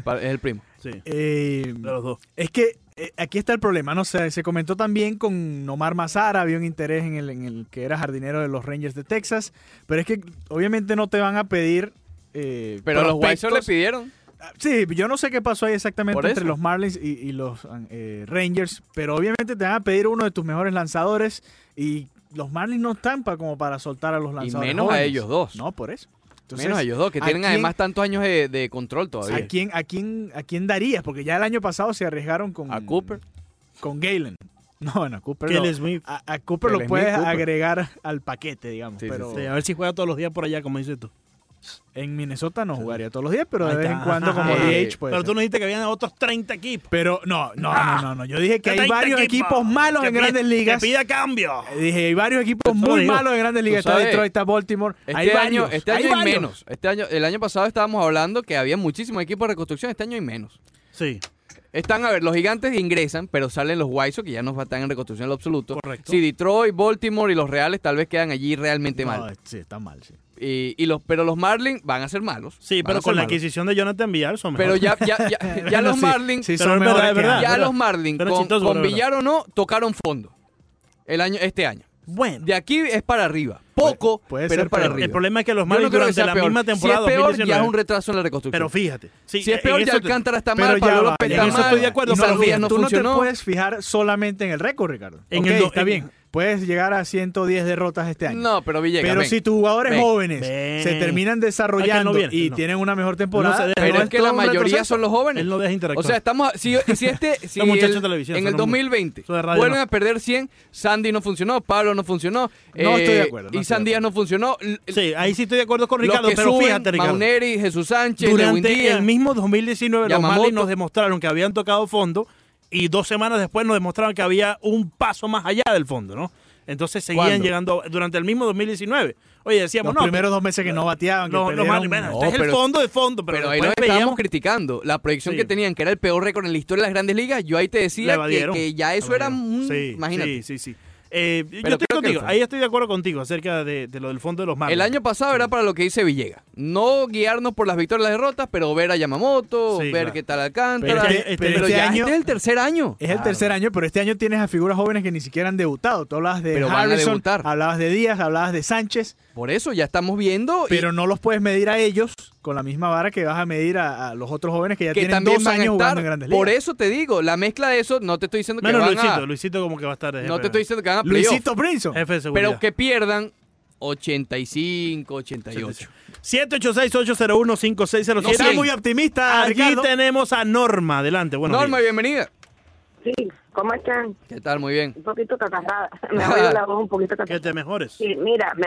Speaker 2: pa- es el primo.
Speaker 1: Sí, de
Speaker 3: Eh,
Speaker 1: los dos.
Speaker 3: es que eh, aquí está el problema, no sé, se comentó también con Omar Mazara, había un interés en el, en el que era jardinero de los Rangers de Texas, pero es que obviamente no te van a pedir... eh,
Speaker 2: Pero los White Sox le
Speaker 3: prospectos.
Speaker 2: pidieron.
Speaker 3: Ah, Sí, yo no sé qué pasó ahí exactamente
Speaker 2: Por
Speaker 3: entre
Speaker 2: eso.
Speaker 3: los Marlins y, y los eh, Rangers, pero obviamente te van a pedir uno de tus mejores lanzadores y los Marlins no están para, como para soltar a los
Speaker 2: Y
Speaker 3: lanzadores.
Speaker 2: menos a
Speaker 3: jóvenes.
Speaker 2: ellos dos.
Speaker 3: No, por eso. Entonces,
Speaker 2: menos a ellos dos, que
Speaker 3: ¿a
Speaker 2: tienen
Speaker 3: quién-
Speaker 2: además tantos años de, de control
Speaker 3: ¿A
Speaker 2: todavía.
Speaker 3: quién, a, quién, ¿A quién darías? Porque ya el año pasado se arriesgaron con.
Speaker 2: A Cooper.
Speaker 3: Con Galen. (laughs) No, bueno, a Cooper.
Speaker 1: Kelly
Speaker 3: no.
Speaker 1: Smith.
Speaker 3: A, a Cooper
Speaker 2: Kelly
Speaker 3: lo
Speaker 2: Smith,
Speaker 3: puedes
Speaker 2: Cooper.
Speaker 3: agregar al paquete, digamos.
Speaker 2: Sí, sí,
Speaker 3: pero
Speaker 1: Sí, a ver si juega todos los días por allá, como dices tú.
Speaker 3: en Minnesota no jugaría todos los días, pero de
Speaker 1: Ahí
Speaker 3: vez en
Speaker 1: está.
Speaker 3: cuando, como
Speaker 2: Eh,
Speaker 3: DH, puede
Speaker 1: Pero
Speaker 3: ser.
Speaker 1: tú nos dijiste que habían otros 30 equipos.
Speaker 3: Pero no, no, no, no, no. Yo dije que
Speaker 1: Que
Speaker 3: hay varios equipos malos en grandes ligas.
Speaker 1: Que pida cambio.
Speaker 3: Dije, hay varios
Speaker 1: Eso
Speaker 3: equipos muy
Speaker 1: digo.
Speaker 3: malos en grandes ligas. Está
Speaker 2: sabes,
Speaker 3: Detroit, está Baltimore.
Speaker 2: Este
Speaker 3: hay
Speaker 2: año,
Speaker 3: varios.
Speaker 2: este
Speaker 3: hay
Speaker 2: año hay,
Speaker 3: varios.
Speaker 2: menos. Este año, el año pasado estábamos hablando que había muchísimos equipos de reconstrucción, este año hay menos.
Speaker 1: Sí,
Speaker 2: Están, a ver, los gigantes ingresan, pero salen los White Sox, que ya no están en reconstrucción en lo absoluto.
Speaker 1: correcto.
Speaker 2: Si Detroit, Baltimore y los Reales tal vez quedan allí realmente
Speaker 3: No,
Speaker 2: mal.
Speaker 3: Sí, está mal, sí.
Speaker 2: Y, y los, pero los Marlins van a ser malos.
Speaker 1: sí
Speaker 2: van a
Speaker 1: pero
Speaker 2: ser
Speaker 1: con la
Speaker 2: malos.
Speaker 1: adquisición de Jonathan Villar son
Speaker 2: Pero
Speaker 1: mejores.
Speaker 2: ya, ya, ya, ya
Speaker 3: Bueno,
Speaker 2: los
Speaker 3: sí,
Speaker 2: Marlins,
Speaker 3: sí,
Speaker 1: (laughs) Pero
Speaker 3: son
Speaker 1: es verdad,
Speaker 3: mejores
Speaker 1: es
Speaker 3: que
Speaker 1: verdad.
Speaker 3: antes.
Speaker 2: ya
Speaker 1: verdad.
Speaker 2: los Marlins
Speaker 1: Pero
Speaker 2: con,
Speaker 1: chistoso,
Speaker 2: con
Speaker 1: pero es verdad.
Speaker 2: Villar o no tocaron fondo el año, este año.
Speaker 1: bueno,
Speaker 2: De aquí es para arriba. Poco,
Speaker 3: puede
Speaker 2: pero
Speaker 3: ser
Speaker 2: es para
Speaker 3: peor.
Speaker 2: arriba.
Speaker 1: el problema es que los
Speaker 2: Yo no
Speaker 1: Marlins
Speaker 2: creo que
Speaker 1: durante
Speaker 2: sea
Speaker 1: la
Speaker 2: peor.
Speaker 1: misma temporada
Speaker 2: Si es peor, ya es
Speaker 1: 2019,
Speaker 2: un retraso en la reconstrucción.
Speaker 1: pero fíjate. sí,
Speaker 2: si es
Speaker 1: en
Speaker 2: peor, ya
Speaker 1: eso te-
Speaker 2: Alcántara está
Speaker 3: Pero
Speaker 2: mal,
Speaker 3: ya
Speaker 2: Pablo
Speaker 3: va,
Speaker 2: López está
Speaker 3: ya
Speaker 1: en
Speaker 2: mal.
Speaker 1: eso estoy de acuerdo,
Speaker 2: y
Speaker 1: pero
Speaker 2: Saldías
Speaker 1: fíjate,
Speaker 2: no
Speaker 3: tú no te
Speaker 2: funcionó.
Speaker 3: puedes fijar solamente en el récord, Ricardo.
Speaker 1: En
Speaker 3: Ok,
Speaker 1: el do-
Speaker 3: está
Speaker 1: en-
Speaker 3: bien. Puedes llegar a 110 derrotas este año.
Speaker 2: No, pero Villegas,
Speaker 3: pero
Speaker 2: ven.
Speaker 3: si tus jugadores
Speaker 2: Ven.
Speaker 3: jóvenes
Speaker 1: Ven.
Speaker 3: se terminan
Speaker 1: Ay, que
Speaker 3: desarrollando
Speaker 1: no viene,
Speaker 3: y
Speaker 1: no.
Speaker 3: tienen una mejor temporada,
Speaker 1: No se deja,
Speaker 2: Pero
Speaker 1: no
Speaker 2: es que la
Speaker 3: todo un
Speaker 2: mayoría
Speaker 3: retroceso.
Speaker 2: son los jóvenes.
Speaker 1: Él no deja
Speaker 2: O
Speaker 1: interactuar.
Speaker 2: sea, estamos si,
Speaker 1: (laughs)
Speaker 2: si este si
Speaker 1: Los muchachos
Speaker 2: el-
Speaker 1: de televisión
Speaker 2: en
Speaker 1: son
Speaker 2: el
Speaker 1: un-
Speaker 2: 2020
Speaker 1: son de radio,
Speaker 2: vuelven
Speaker 1: no.
Speaker 2: a perder 100, Sandy no funcionó, Pablo no funcionó, eh,
Speaker 3: No estoy de acuerdo, no
Speaker 2: y
Speaker 3: estoy de
Speaker 2: Sandías no funcionó. L-
Speaker 1: sí, ahí sí estoy de acuerdo con
Speaker 2: los
Speaker 1: Ricardo,
Speaker 2: que
Speaker 1: pero
Speaker 2: suben,
Speaker 1: fíjate, Ricardo.
Speaker 2: Mauneri, Jesús Sánchez,
Speaker 1: Durante
Speaker 2: Lewandía.
Speaker 1: el mismo 2019 los
Speaker 2: Yamamoto.
Speaker 1: Marlins nos demostraron que habían tocado fondo y dos semanas después nos demostraron que había un paso más allá del fondo, ¿no? Entonces seguían
Speaker 2: ¿Cuándo?
Speaker 1: llegando durante el mismo 2019 Oye, decíamos,
Speaker 3: Los
Speaker 1: no,
Speaker 3: primeros dos meses que no bateaban, que
Speaker 1: los, los Marlins,
Speaker 3: perdieron-
Speaker 1: bueno,
Speaker 2: No,
Speaker 1: este es el
Speaker 2: pero-
Speaker 1: fondo de fondo, pero,
Speaker 2: pero ahí nos
Speaker 1: después
Speaker 2: estábamos
Speaker 1: veíamos
Speaker 2: criticando la proyección
Speaker 1: Sí.
Speaker 2: que tenían, que era el peor récord en la historia de las grandes ligas. Yo ahí te
Speaker 1: La
Speaker 2: decía que,
Speaker 1: evadieron.
Speaker 2: que ya eso
Speaker 1: La
Speaker 2: era
Speaker 1: evadieron.
Speaker 2: un.
Speaker 1: Sí,
Speaker 2: imagínate.
Speaker 1: Sí, sí, sí. Eh, yo
Speaker 2: creo
Speaker 1: estoy
Speaker 2: que
Speaker 1: contigo,
Speaker 2: el
Speaker 1: ahí estoy de acuerdo contigo acerca de, de lo del fondo de los Marlins.
Speaker 2: El año pasado era para lo que dice Villegas. No guiarnos por las victorias y las derrotas, pero ver a Yamamoto,
Speaker 1: Sí,
Speaker 2: ver
Speaker 1: claro.
Speaker 2: qué tal Alcántara.
Speaker 1: Pero
Speaker 2: Pero,
Speaker 1: este- este- Eh,
Speaker 3: este
Speaker 2: ya
Speaker 3: año-
Speaker 2: este es el tercer año.
Speaker 3: Es el tercer año, pero este año tienes a figuras jóvenes que ni siquiera han debutado. Tú hablabas de
Speaker 2: Pero van a
Speaker 3: Harrison,
Speaker 2: debutar.
Speaker 3: hablabas de Díaz, hablabas de Sánchez,
Speaker 2: Por eso ya estamos viendo. y
Speaker 3: pero no los puedes medir a ellos con la misma vara que vas a medir a, a los otros jóvenes que ya
Speaker 2: que
Speaker 3: tienen
Speaker 2: también
Speaker 3: dos
Speaker 2: van a
Speaker 3: años
Speaker 2: estar.
Speaker 3: jugando en grandes ligas.
Speaker 2: Por eso te digo, la mezcla de eso, no te estoy diciendo que
Speaker 1: Menos
Speaker 2: van
Speaker 1: Luisito,
Speaker 2: a.
Speaker 1: Luisito como que va a estar. eh,
Speaker 2: no te estoy diciendo que van a playoff,
Speaker 3: Luisito Brinson.
Speaker 1: jefe de seguridad.
Speaker 2: pero que pierdan 85, 88.
Speaker 1: 786-801-5607.
Speaker 2: No,
Speaker 3: Está
Speaker 2: sí. Ah,
Speaker 3: muy optimista,
Speaker 1: Aquí (laughs)
Speaker 3: Ricardo. (laughs)
Speaker 1: tenemos a Norma. Adelante, bueno.
Speaker 2: Norma, bienvenida.
Speaker 4: Sí, ¿cómo están?
Speaker 2: ¿Qué tal? Muy bien.
Speaker 4: Un poquito catarrada. (laughs) Me ha oído la voz un poquito
Speaker 1: que
Speaker 4: catarrada.
Speaker 1: te mejores.
Speaker 4: Sí, mira, me,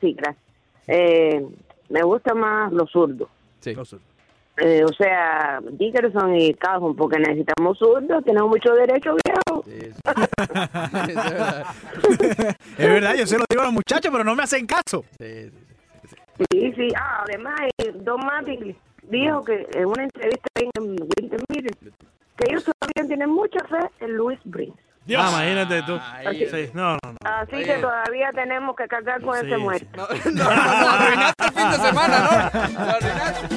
Speaker 4: sí, gracias. Eh, me gusta más los zurdos.
Speaker 2: Sí.
Speaker 1: No sé.
Speaker 4: Eh, o sea, Dickerson y Calhoun, porque necesitamos zurdos, tenemos mucho derecho, viejo.
Speaker 2: Sí, sí. Sí, es verdad.
Speaker 3: Es verdad, yo se lo digo a los muchachos, pero no me hacen caso.
Speaker 2: Sí, sí.
Speaker 4: Sí, sí. Ah, además, eh, Don Matic dijo que en una entrevista ahí en Winter Meeting que ellos todavía tienen mucha fe en Luis Brink.
Speaker 1: Ah, imagínate tú.
Speaker 2: Ahí es.
Speaker 1: Sí, no, no, no.
Speaker 4: Así
Speaker 2: Oye.
Speaker 4: que todavía tenemos que cargar con
Speaker 1: Ah, Sí,
Speaker 4: ese
Speaker 1: sí.
Speaker 2: No, (laughs)
Speaker 4: muerto.
Speaker 2: no, no, lo arruinaste el fin de semana, ¿no? Lo arruinaste.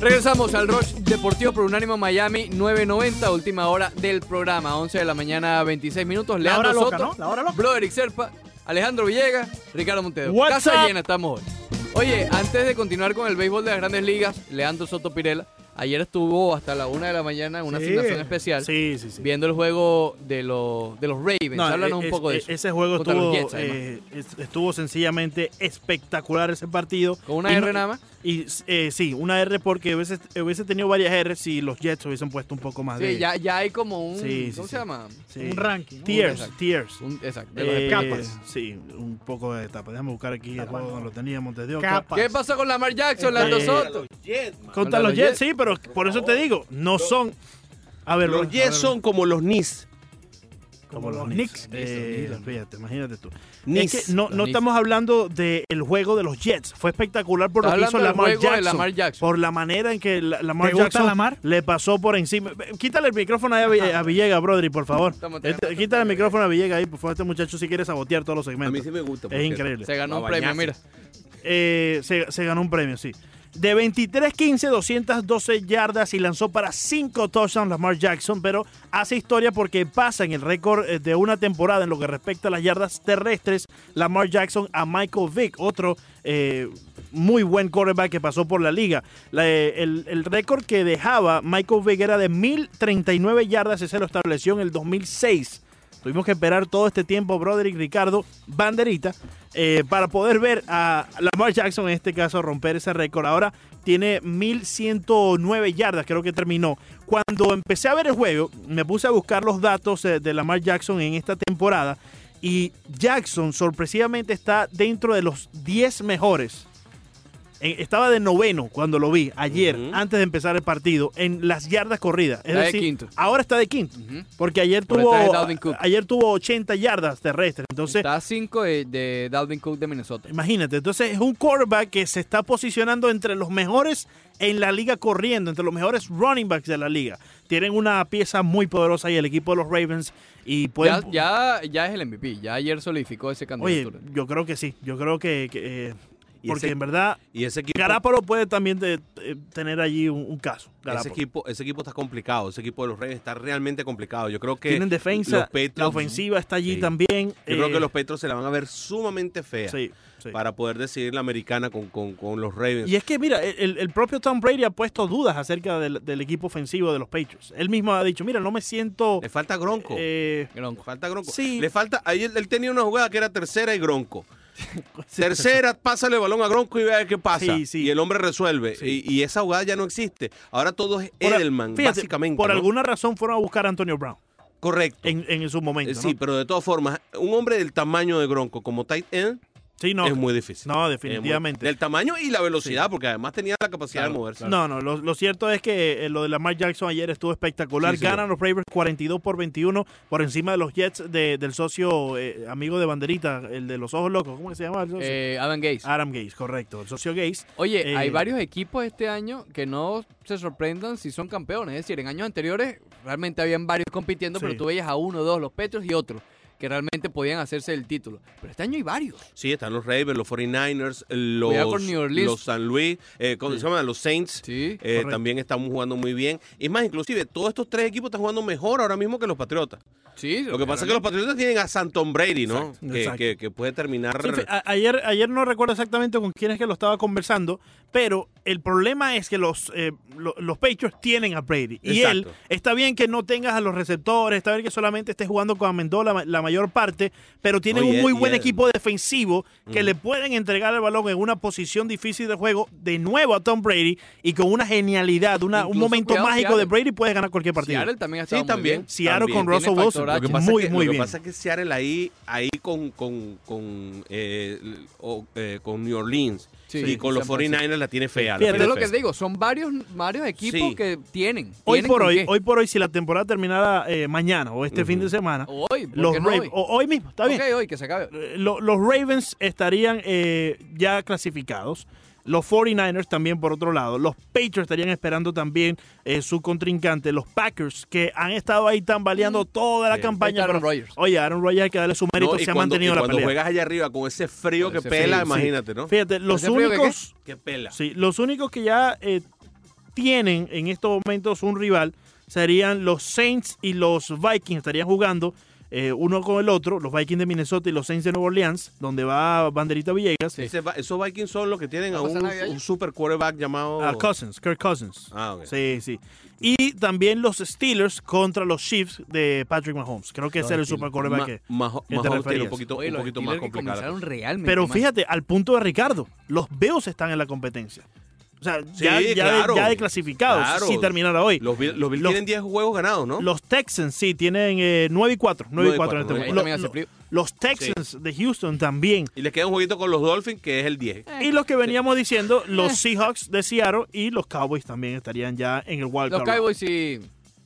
Speaker 2: Regresamos al Rush Deportivo por Unánimo Miami 990, última hora del programa, 11 de la mañana, 26 minutos.
Speaker 3: La
Speaker 2: Leandro
Speaker 3: hora loca,
Speaker 2: Soto,
Speaker 3: ¿no? La hora loca.
Speaker 2: Bro Eric Serpa, Alejandro Villegas, Ricardo Montero.
Speaker 1: What's
Speaker 2: Casa
Speaker 1: up?
Speaker 2: llena estamos hoy. Oye, antes de continuar con el béisbol de las grandes ligas, Leandro Soto Pirela, ayer estuvo hasta la una de la mañana en una
Speaker 3: Sí.
Speaker 2: asignación especial
Speaker 1: Sí, sí, sí.
Speaker 2: viendo el juego de los, de los Ravens.
Speaker 1: No, e-
Speaker 2: Háblanos
Speaker 1: es-
Speaker 2: un poco de
Speaker 1: es-
Speaker 2: eso.
Speaker 1: Ese juego
Speaker 2: Contra
Speaker 1: estuvo,
Speaker 2: los Jets, además.
Speaker 1: eh, es- estuvo sencillamente espectacular ese partido.
Speaker 2: Con una
Speaker 1: Y
Speaker 2: R
Speaker 1: no-
Speaker 2: nada más.
Speaker 1: Y eh, sí, una R porque hubiese, hubiese tenido varias R si los Jets hubiesen puesto un poco más de.
Speaker 2: Sí, ya, ya hay como un.
Speaker 1: Ah, Sí, sí,
Speaker 2: ¿Cómo
Speaker 1: sí.
Speaker 2: se llama?
Speaker 1: sí.
Speaker 3: Un ranking.
Speaker 1: Tiers,
Speaker 2: Exacto.
Speaker 1: tiers.
Speaker 2: Un, exacto. de los
Speaker 1: Eh,
Speaker 2: Packers.
Speaker 1: sí, un poco de etapa. Déjame buscar aquí el juego donde lo teníamos desde otra.
Speaker 3: Capas.
Speaker 2: ¿Qué pasó con Lamar Jackson, Leandro
Speaker 1: Eh,
Speaker 2: Soto?
Speaker 1: Contra los Jets, sí, pero por eso te digo, no son. A ver,
Speaker 6: Los
Speaker 1: vamos a
Speaker 6: Jets
Speaker 1: ver.
Speaker 6: son como los Knicks.
Speaker 1: como los Knicks. Eh, fíjate, imagínate tú.
Speaker 6: Knicks.
Speaker 1: Es que no,
Speaker 2: Los
Speaker 1: no
Speaker 2: Knicks.
Speaker 1: estamos hablando del juego de los Jets. Fue espectacular por
Speaker 2: Está
Speaker 1: lo que hizo
Speaker 2: hablando del
Speaker 1: Lamar
Speaker 2: juego de
Speaker 1: Jackson,
Speaker 2: Lamar Jackson.
Speaker 1: Por la manera en que la- Lamar
Speaker 3: ¿Te gusta
Speaker 1: Jackson
Speaker 3: Lamar?
Speaker 1: le pasó por encima. Eh, Quítale el micrófono ahí a, Ville- a Villegas, Brodri, por favor.
Speaker 2: Estamos
Speaker 1: Este-
Speaker 2: teniendo-
Speaker 1: quítale el micrófono a Villegas ahí, por favor. Este muchacho si quiere sabotear todos los
Speaker 6: A mí
Speaker 1: segmentos.
Speaker 6: sí me gusta. por
Speaker 1: Es
Speaker 6: cierto.
Speaker 1: increíble.
Speaker 2: Se ganó
Speaker 6: Va
Speaker 2: un
Speaker 6: a
Speaker 2: premio,
Speaker 6: bañarse.
Speaker 2: mira.
Speaker 1: Eh, se, se ganó un premio, sí. De 23-15, 212 yardas y lanzó para 5 touchdowns Lamar Jackson, pero hace historia porque pasa en el récord eh, de una temporada en lo que respecta a las yardas terrestres Lamar Jackson a Michael Vick, otro eh, muy buen quarterback que pasó por la liga. La, eh, el el récord que dejaba Michael Vick era de 1039 yardas, ese lo estableció en el 2006. Tuvimos que esperar todo este tiempo, Broderick, Ricardo, banderita, eh, para poder ver a Lamar Jackson, en este caso, romper ese récord. Ahora tiene 1109 yardas, creo que terminó. Cuando empecé a ver el juego, me puse a buscar los datos eh, de Lamar Jackson en esta temporada. Y Jackson, sorpresivamente, está dentro de los 10 mejores. Eh, Estaba de noveno cuando lo vi ayer,
Speaker 6: Ujú.
Speaker 1: antes de empezar el partido, en las yardas corridas. Es
Speaker 2: Está de
Speaker 1: decir,
Speaker 2: quinto.
Speaker 1: ahora está de quinto.
Speaker 2: Ujú.
Speaker 1: Porque ayer
Speaker 2: Por
Speaker 1: tuvo,
Speaker 2: detrás de Dalvin Cook.
Speaker 1: ayer tuvo 80 yardas terrestres. Entonces,
Speaker 2: Está a 5 de, de Dalvin Cook de Minnesota.
Speaker 1: imagínate. Entonces, es un quarterback que se está posicionando entre los mejores en la liga corriendo, entre los mejores running backs de la liga. Tienen una pieza muy poderosa y el equipo de los Ravens. Y
Speaker 2: Ya,
Speaker 1: pueden,
Speaker 2: ya, ya es el MVP. Ya ayer solidificó ese
Speaker 1: Oye,
Speaker 2: candidatura.
Speaker 1: yo creo que sí. Yo creo que. que, eh,
Speaker 6: Y
Speaker 1: porque
Speaker 6: ese-
Speaker 1: en verdad,
Speaker 6: Y ese equipo,
Speaker 1: Garápolo puede también de- eh, tener allí un, un caso.
Speaker 6: ese
Speaker 1: Garápolo.
Speaker 6: equipo, ese equipo está complicado. Ese equipo de los Reyes está realmente complicado. Yo creo que
Speaker 1: Tienen
Speaker 6: los
Speaker 1: defensa,
Speaker 6: Patriots-
Speaker 1: la ofensiva está allí
Speaker 6: Sí.
Speaker 1: también. eh,
Speaker 6: Yo creo que los Petros se la van a ver sumamente fea
Speaker 1: sí, sí.
Speaker 6: para poder decidir la americana con, con- con los Ravens.
Speaker 1: Y es que, mira, el, el propio Tom Brady ha puesto dudas acerca del, del equipo ofensivo de los Patriots. Él mismo ha dicho, mira, no me siento...
Speaker 6: Le falta Gronco.
Speaker 1: eh,
Speaker 6: Le falta Gronco.
Speaker 1: Sí.
Speaker 6: Le falta. Ahí él, él tenía una jugada que era tercera
Speaker 1: (laughs)
Speaker 6: y Gronco. Tercera, pásale el balón a Gronco y vea qué pasa.
Speaker 1: Sí, sí.
Speaker 6: Y el hombre resuelve.
Speaker 1: Sí.
Speaker 6: Y, y esa jugada ya no existe. Ahora todo es
Speaker 1: por-
Speaker 6: Edelman,
Speaker 1: fíjate,
Speaker 6: básicamente.
Speaker 1: Por
Speaker 6: ¿no?
Speaker 1: alguna razón fueron a buscar a Antonio Brown
Speaker 6: Correcto.
Speaker 1: en, en su momento.
Speaker 6: Eh,
Speaker 1: ¿no?
Speaker 6: Sí, pero de todas formas, un hombre del tamaño de Gronco como tight end
Speaker 1: Sí, no.
Speaker 6: es muy difícil.
Speaker 1: No,
Speaker 6: Es muy-
Speaker 1: definitivamente.
Speaker 6: del tamaño y la velocidad, porque además tenía la capacidad de moverse.
Speaker 1: No, no, lo, lo cierto es que eh, lo de Lamar Jackson ayer estuvo espectacular.
Speaker 6: Sí, señor.
Speaker 1: Ganan los Ravens 42 por 21 por encima de los Jets de- del socio eh, amigo de Banderita, el de los ojos locos. ¿Cómo que se llama el socio?
Speaker 2: Eh, Adam Gates.
Speaker 1: Adam Gates, correcto. El socio Gates.
Speaker 2: Oye,
Speaker 1: eh,
Speaker 2: hay varios equipos este año que no se sorprendan si son campeones. Es decir, en años anteriores realmente habían varios compitiendo,
Speaker 1: Sí.
Speaker 2: pero tú veías a uno, dos, los Petros y otros que realmente podían hacerse el título. Pero este año hay varios.
Speaker 6: Sí, están los Ravens, los 49ers, los,
Speaker 2: Cuidado con New Orleans.
Speaker 6: los San Luis, eh, ¿cómo se llama? Los Saints.
Speaker 2: Sí.
Speaker 6: Eh,
Speaker 1: Correcto.
Speaker 6: también estamos jugando muy bien. Es más, inclusive, todos estos tres equipos están jugando mejor ahora mismo que los Patriotas.
Speaker 2: Sí.
Speaker 6: Eh, Lo que pasa es que los Patriotas tienen a Santon Brady, ¿no?
Speaker 1: Exacto,
Speaker 6: que,
Speaker 1: exacto.
Speaker 6: que- que puede terminar...
Speaker 1: Sí, fe- a- ayer, ayer no recuerdo exactamente con quién es que lo estaba conversando, pero el problema es que los, eh, lo- los Patriots tienen a Brady. Y
Speaker 6: Exacto.
Speaker 1: él, está bien que no tengas a los receptores, está bien que solamente estés jugando con Amendola la, la mayor parte, pero tienen
Speaker 6: No, y
Speaker 1: un
Speaker 6: él-
Speaker 1: muy
Speaker 6: y
Speaker 1: buen
Speaker 6: él-
Speaker 1: equipo defensivo que
Speaker 6: Mm.
Speaker 1: le pueden entregar el balón en una posición difícil de juego de nuevo a Tom Brady y con una genialidad, una- un
Speaker 2: Incluso,
Speaker 1: momento
Speaker 2: cuidado,
Speaker 1: mágico de
Speaker 2: Seattle.
Speaker 1: Brady puedes ganar cualquier partido.
Speaker 2: Seattle también ha
Speaker 6: Sí,
Speaker 2: estado muy
Speaker 6: también.
Speaker 2: bien.
Speaker 1: Seattle
Speaker 6: también.
Speaker 1: con Russell
Speaker 2: Tiene
Speaker 1: Wilson,
Speaker 2: factor H.
Speaker 6: Lo que pasa
Speaker 1: muy,
Speaker 6: es que,
Speaker 1: muy
Speaker 6: lo que
Speaker 1: bien.
Speaker 6: pasa es que Seattle ahí, ahí con, con, con, eh, l- o, eh, con New Orleans
Speaker 2: Sí,
Speaker 6: y con los
Speaker 2: San Francisco.
Speaker 6: 49ers la tiene fea. la
Speaker 1: Fíjate,
Speaker 2: Pero
Speaker 6: tiene
Speaker 2: es lo que
Speaker 6: fea.
Speaker 2: digo, son varios, varios equipos
Speaker 6: Sí.
Speaker 2: que tienen.
Speaker 1: Hoy
Speaker 2: tienen
Speaker 1: por
Speaker 2: con
Speaker 1: hoy,
Speaker 2: qué.
Speaker 1: hoy por hoy, si la temporada terminara eh, mañana o este fin de
Speaker 6: Ujú.
Speaker 1: semana,
Speaker 2: Hoy, ¿por
Speaker 1: los
Speaker 2: qué no
Speaker 1: Ravens-
Speaker 2: hoy?
Speaker 1: o- hoy mismo, está bien.
Speaker 2: Ok, hoy, que se acabe.
Speaker 1: Eh, lo- los Ravens estarían eh, ya clasificados. Los 49ers también por otro lado. Los Patriots estarían esperando también eh, su contrincante. Los Packers que han estado ahí tambaleando toda la
Speaker 6: Sí.
Speaker 1: campaña.
Speaker 2: Está Aaron
Speaker 1: pero-
Speaker 2: Rodgers.
Speaker 1: Oye, Aaron Rodgers hay que darle su
Speaker 6: No,
Speaker 1: mérito.
Speaker 6: y
Speaker 1: se ha
Speaker 6: cuando, y
Speaker 1: mantenido la
Speaker 6: cuando
Speaker 1: pelea.
Speaker 6: juegas allá arriba con ese frío
Speaker 2: Con
Speaker 6: que
Speaker 2: ese
Speaker 6: pela,
Speaker 2: frío, sí.
Speaker 6: imagínate, ¿no?
Speaker 1: Fíjate, los
Speaker 2: frío que
Speaker 1: únicos...
Speaker 6: Que pela.
Speaker 1: Sí, los únicos que ya eh, tienen en estos momentos un rival serían los Saints y los Vikings. Estarían jugando eh, uno con el otro, los Vikings de Minnesota y los Saints de Nueva Orleans, donde va Banderita Villegas.
Speaker 2: Sí.
Speaker 6: Ese va- esos Vikings son los que tienen
Speaker 2: ¿Va
Speaker 6: a
Speaker 2: a pasar
Speaker 6: un,
Speaker 2: Navidad?
Speaker 6: un super quarterback llamado...
Speaker 1: A Cousins, Kirk Cousins.
Speaker 6: Oh. Ah, ok.
Speaker 1: Sí, sí. Y también los Steelers contra los Chiefs de Patrick Mahomes. Creo que ese era el super
Speaker 6: Ma-
Speaker 1: quarterback que-
Speaker 6: Maho-
Speaker 1: te
Speaker 6: Mahomes tiene
Speaker 1: referías.
Speaker 6: un poquito,
Speaker 2: Oye,
Speaker 6: un
Speaker 2: los
Speaker 6: poquito
Speaker 2: Steelers
Speaker 6: más
Speaker 2: que
Speaker 6: complicado.
Speaker 2: comenzaron realmente
Speaker 1: Pero
Speaker 2: mal.
Speaker 1: fíjate, al punto de Ricardo, los Beos están en la competencia. O sea, ya, ya,
Speaker 6: claro.
Speaker 1: ya de clasificados,
Speaker 6: Claro.
Speaker 1: si terminara hoy.
Speaker 6: Los Bills los Bills
Speaker 1: Los-
Speaker 6: tienen 10 juegos ganados, ¿no?
Speaker 1: Los Texans, sí, tienen eh, 9 y 4. 9 y 4 en este
Speaker 6: 9 y
Speaker 1: momento.
Speaker 2: Ahí también
Speaker 1: Lo-
Speaker 2: hace frío.
Speaker 1: Los Texans de Houston también.
Speaker 6: Y les queda un jueguito con los Dolphins, que es el 10.
Speaker 1: Y los que veníamos diciendo, los Seahawks de Seattle y los Cowboys también estarían ya en el Wild
Speaker 2: Los
Speaker 1: Card.
Speaker 2: Cowboys sí.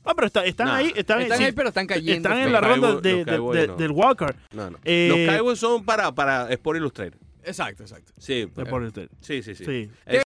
Speaker 1: Ah, pero está- están
Speaker 6: Nah.
Speaker 1: ahí. Están,
Speaker 2: Están
Speaker 1: sí,
Speaker 2: ahí, pero están cayendo. pues.
Speaker 1: están en
Speaker 2: feo.
Speaker 1: la
Speaker 6: Los
Speaker 1: ronda
Speaker 6: Cowboys-
Speaker 1: de-
Speaker 6: los
Speaker 1: de-
Speaker 6: Cowboys
Speaker 1: de-
Speaker 6: no.
Speaker 1: del Wild Card.
Speaker 6: No, no.
Speaker 1: Eh,
Speaker 6: los Cowboys son para, para es por ilustrar.
Speaker 2: Exacto, exacto.
Speaker 6: Sí,
Speaker 1: De por-
Speaker 6: sí, sí, sí.
Speaker 1: Sí.
Speaker 6: Eh,